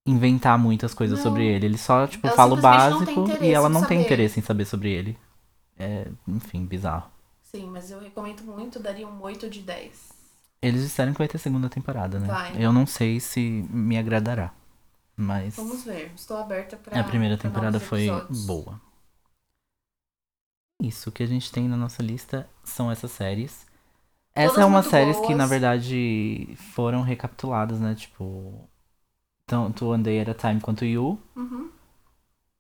[SPEAKER 2] Inventar muitas coisas
[SPEAKER 1] Não.
[SPEAKER 2] sobre ele. Ele só, tipo,
[SPEAKER 1] Ela
[SPEAKER 2] fala o
[SPEAKER 1] simplesmente não tem
[SPEAKER 2] básico e
[SPEAKER 1] interesse
[SPEAKER 2] ela
[SPEAKER 1] em
[SPEAKER 2] não tem
[SPEAKER 1] saber.
[SPEAKER 2] interesse em saber sobre ele. É, enfim, bizarro.
[SPEAKER 1] Sim, mas eu recomendo muito, daria um 8 de 10.
[SPEAKER 2] Eles disseram que vai ter segunda temporada, né?
[SPEAKER 1] Vai.
[SPEAKER 2] Eu não sei se me agradará. Mas
[SPEAKER 1] Vamos ver, estou aberta pra.
[SPEAKER 2] a primeira
[SPEAKER 1] pra
[SPEAKER 2] temporada
[SPEAKER 1] novos
[SPEAKER 2] foi
[SPEAKER 1] episódios.
[SPEAKER 2] boa. Isso, o que a gente tem na nossa lista são essas séries. Essa
[SPEAKER 1] Todas
[SPEAKER 2] é uma
[SPEAKER 1] muito
[SPEAKER 2] séries que,
[SPEAKER 1] boas.
[SPEAKER 2] na verdade, foram recapituladas, né? Tipo, tanto One Day at a Time quanto You.
[SPEAKER 1] Uhum.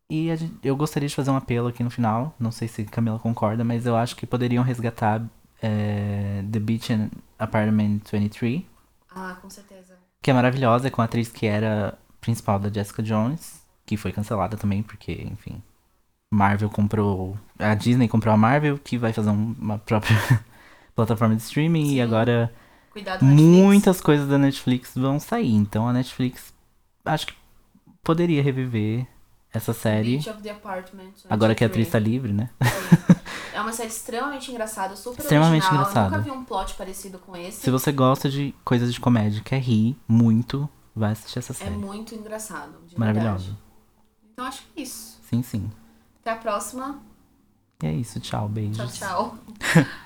[SPEAKER 2] E a gente- eu gostaria de fazer um apelo aqui no final. Não sei se Camila concorda, mas eu acho que poderiam resgatar é, The Beach and Apartment 23,
[SPEAKER 1] Ah, com certeza.
[SPEAKER 2] que é maravilhosa, com a atriz que era principal da Jessica Jones, que foi cancelada também, porque, enfim. Marvel comprou. A Disney comprou a Marvel, que vai fazer um- uma própria plataforma de streaming,
[SPEAKER 1] Sim.
[SPEAKER 2] e agora
[SPEAKER 1] Cuidado Netflix.
[SPEAKER 2] muitas coisas da Netflix vão sair. Então a Netflix acho que poderia reviver essa série.
[SPEAKER 1] Beach of the Apartment.
[SPEAKER 2] Agora que a atriz
[SPEAKER 1] 23.
[SPEAKER 2] tá livre, né?
[SPEAKER 1] É uma série extremamente engraçada, super
[SPEAKER 2] Extremamente
[SPEAKER 1] original. Eu
[SPEAKER 2] engraçada.
[SPEAKER 1] nunca vi um plot parecido com esse.
[SPEAKER 2] Se você gosta de coisas de comédia, quer rir muito, vai assistir essa
[SPEAKER 1] É
[SPEAKER 2] série.
[SPEAKER 1] muito engraçado. De
[SPEAKER 2] Maravilhosa.
[SPEAKER 1] verdade. Então acho que é isso.
[SPEAKER 2] Sim, sim.
[SPEAKER 1] Até a próxima.
[SPEAKER 2] E é isso. Tchau, beijos.
[SPEAKER 1] Tchau, tchau.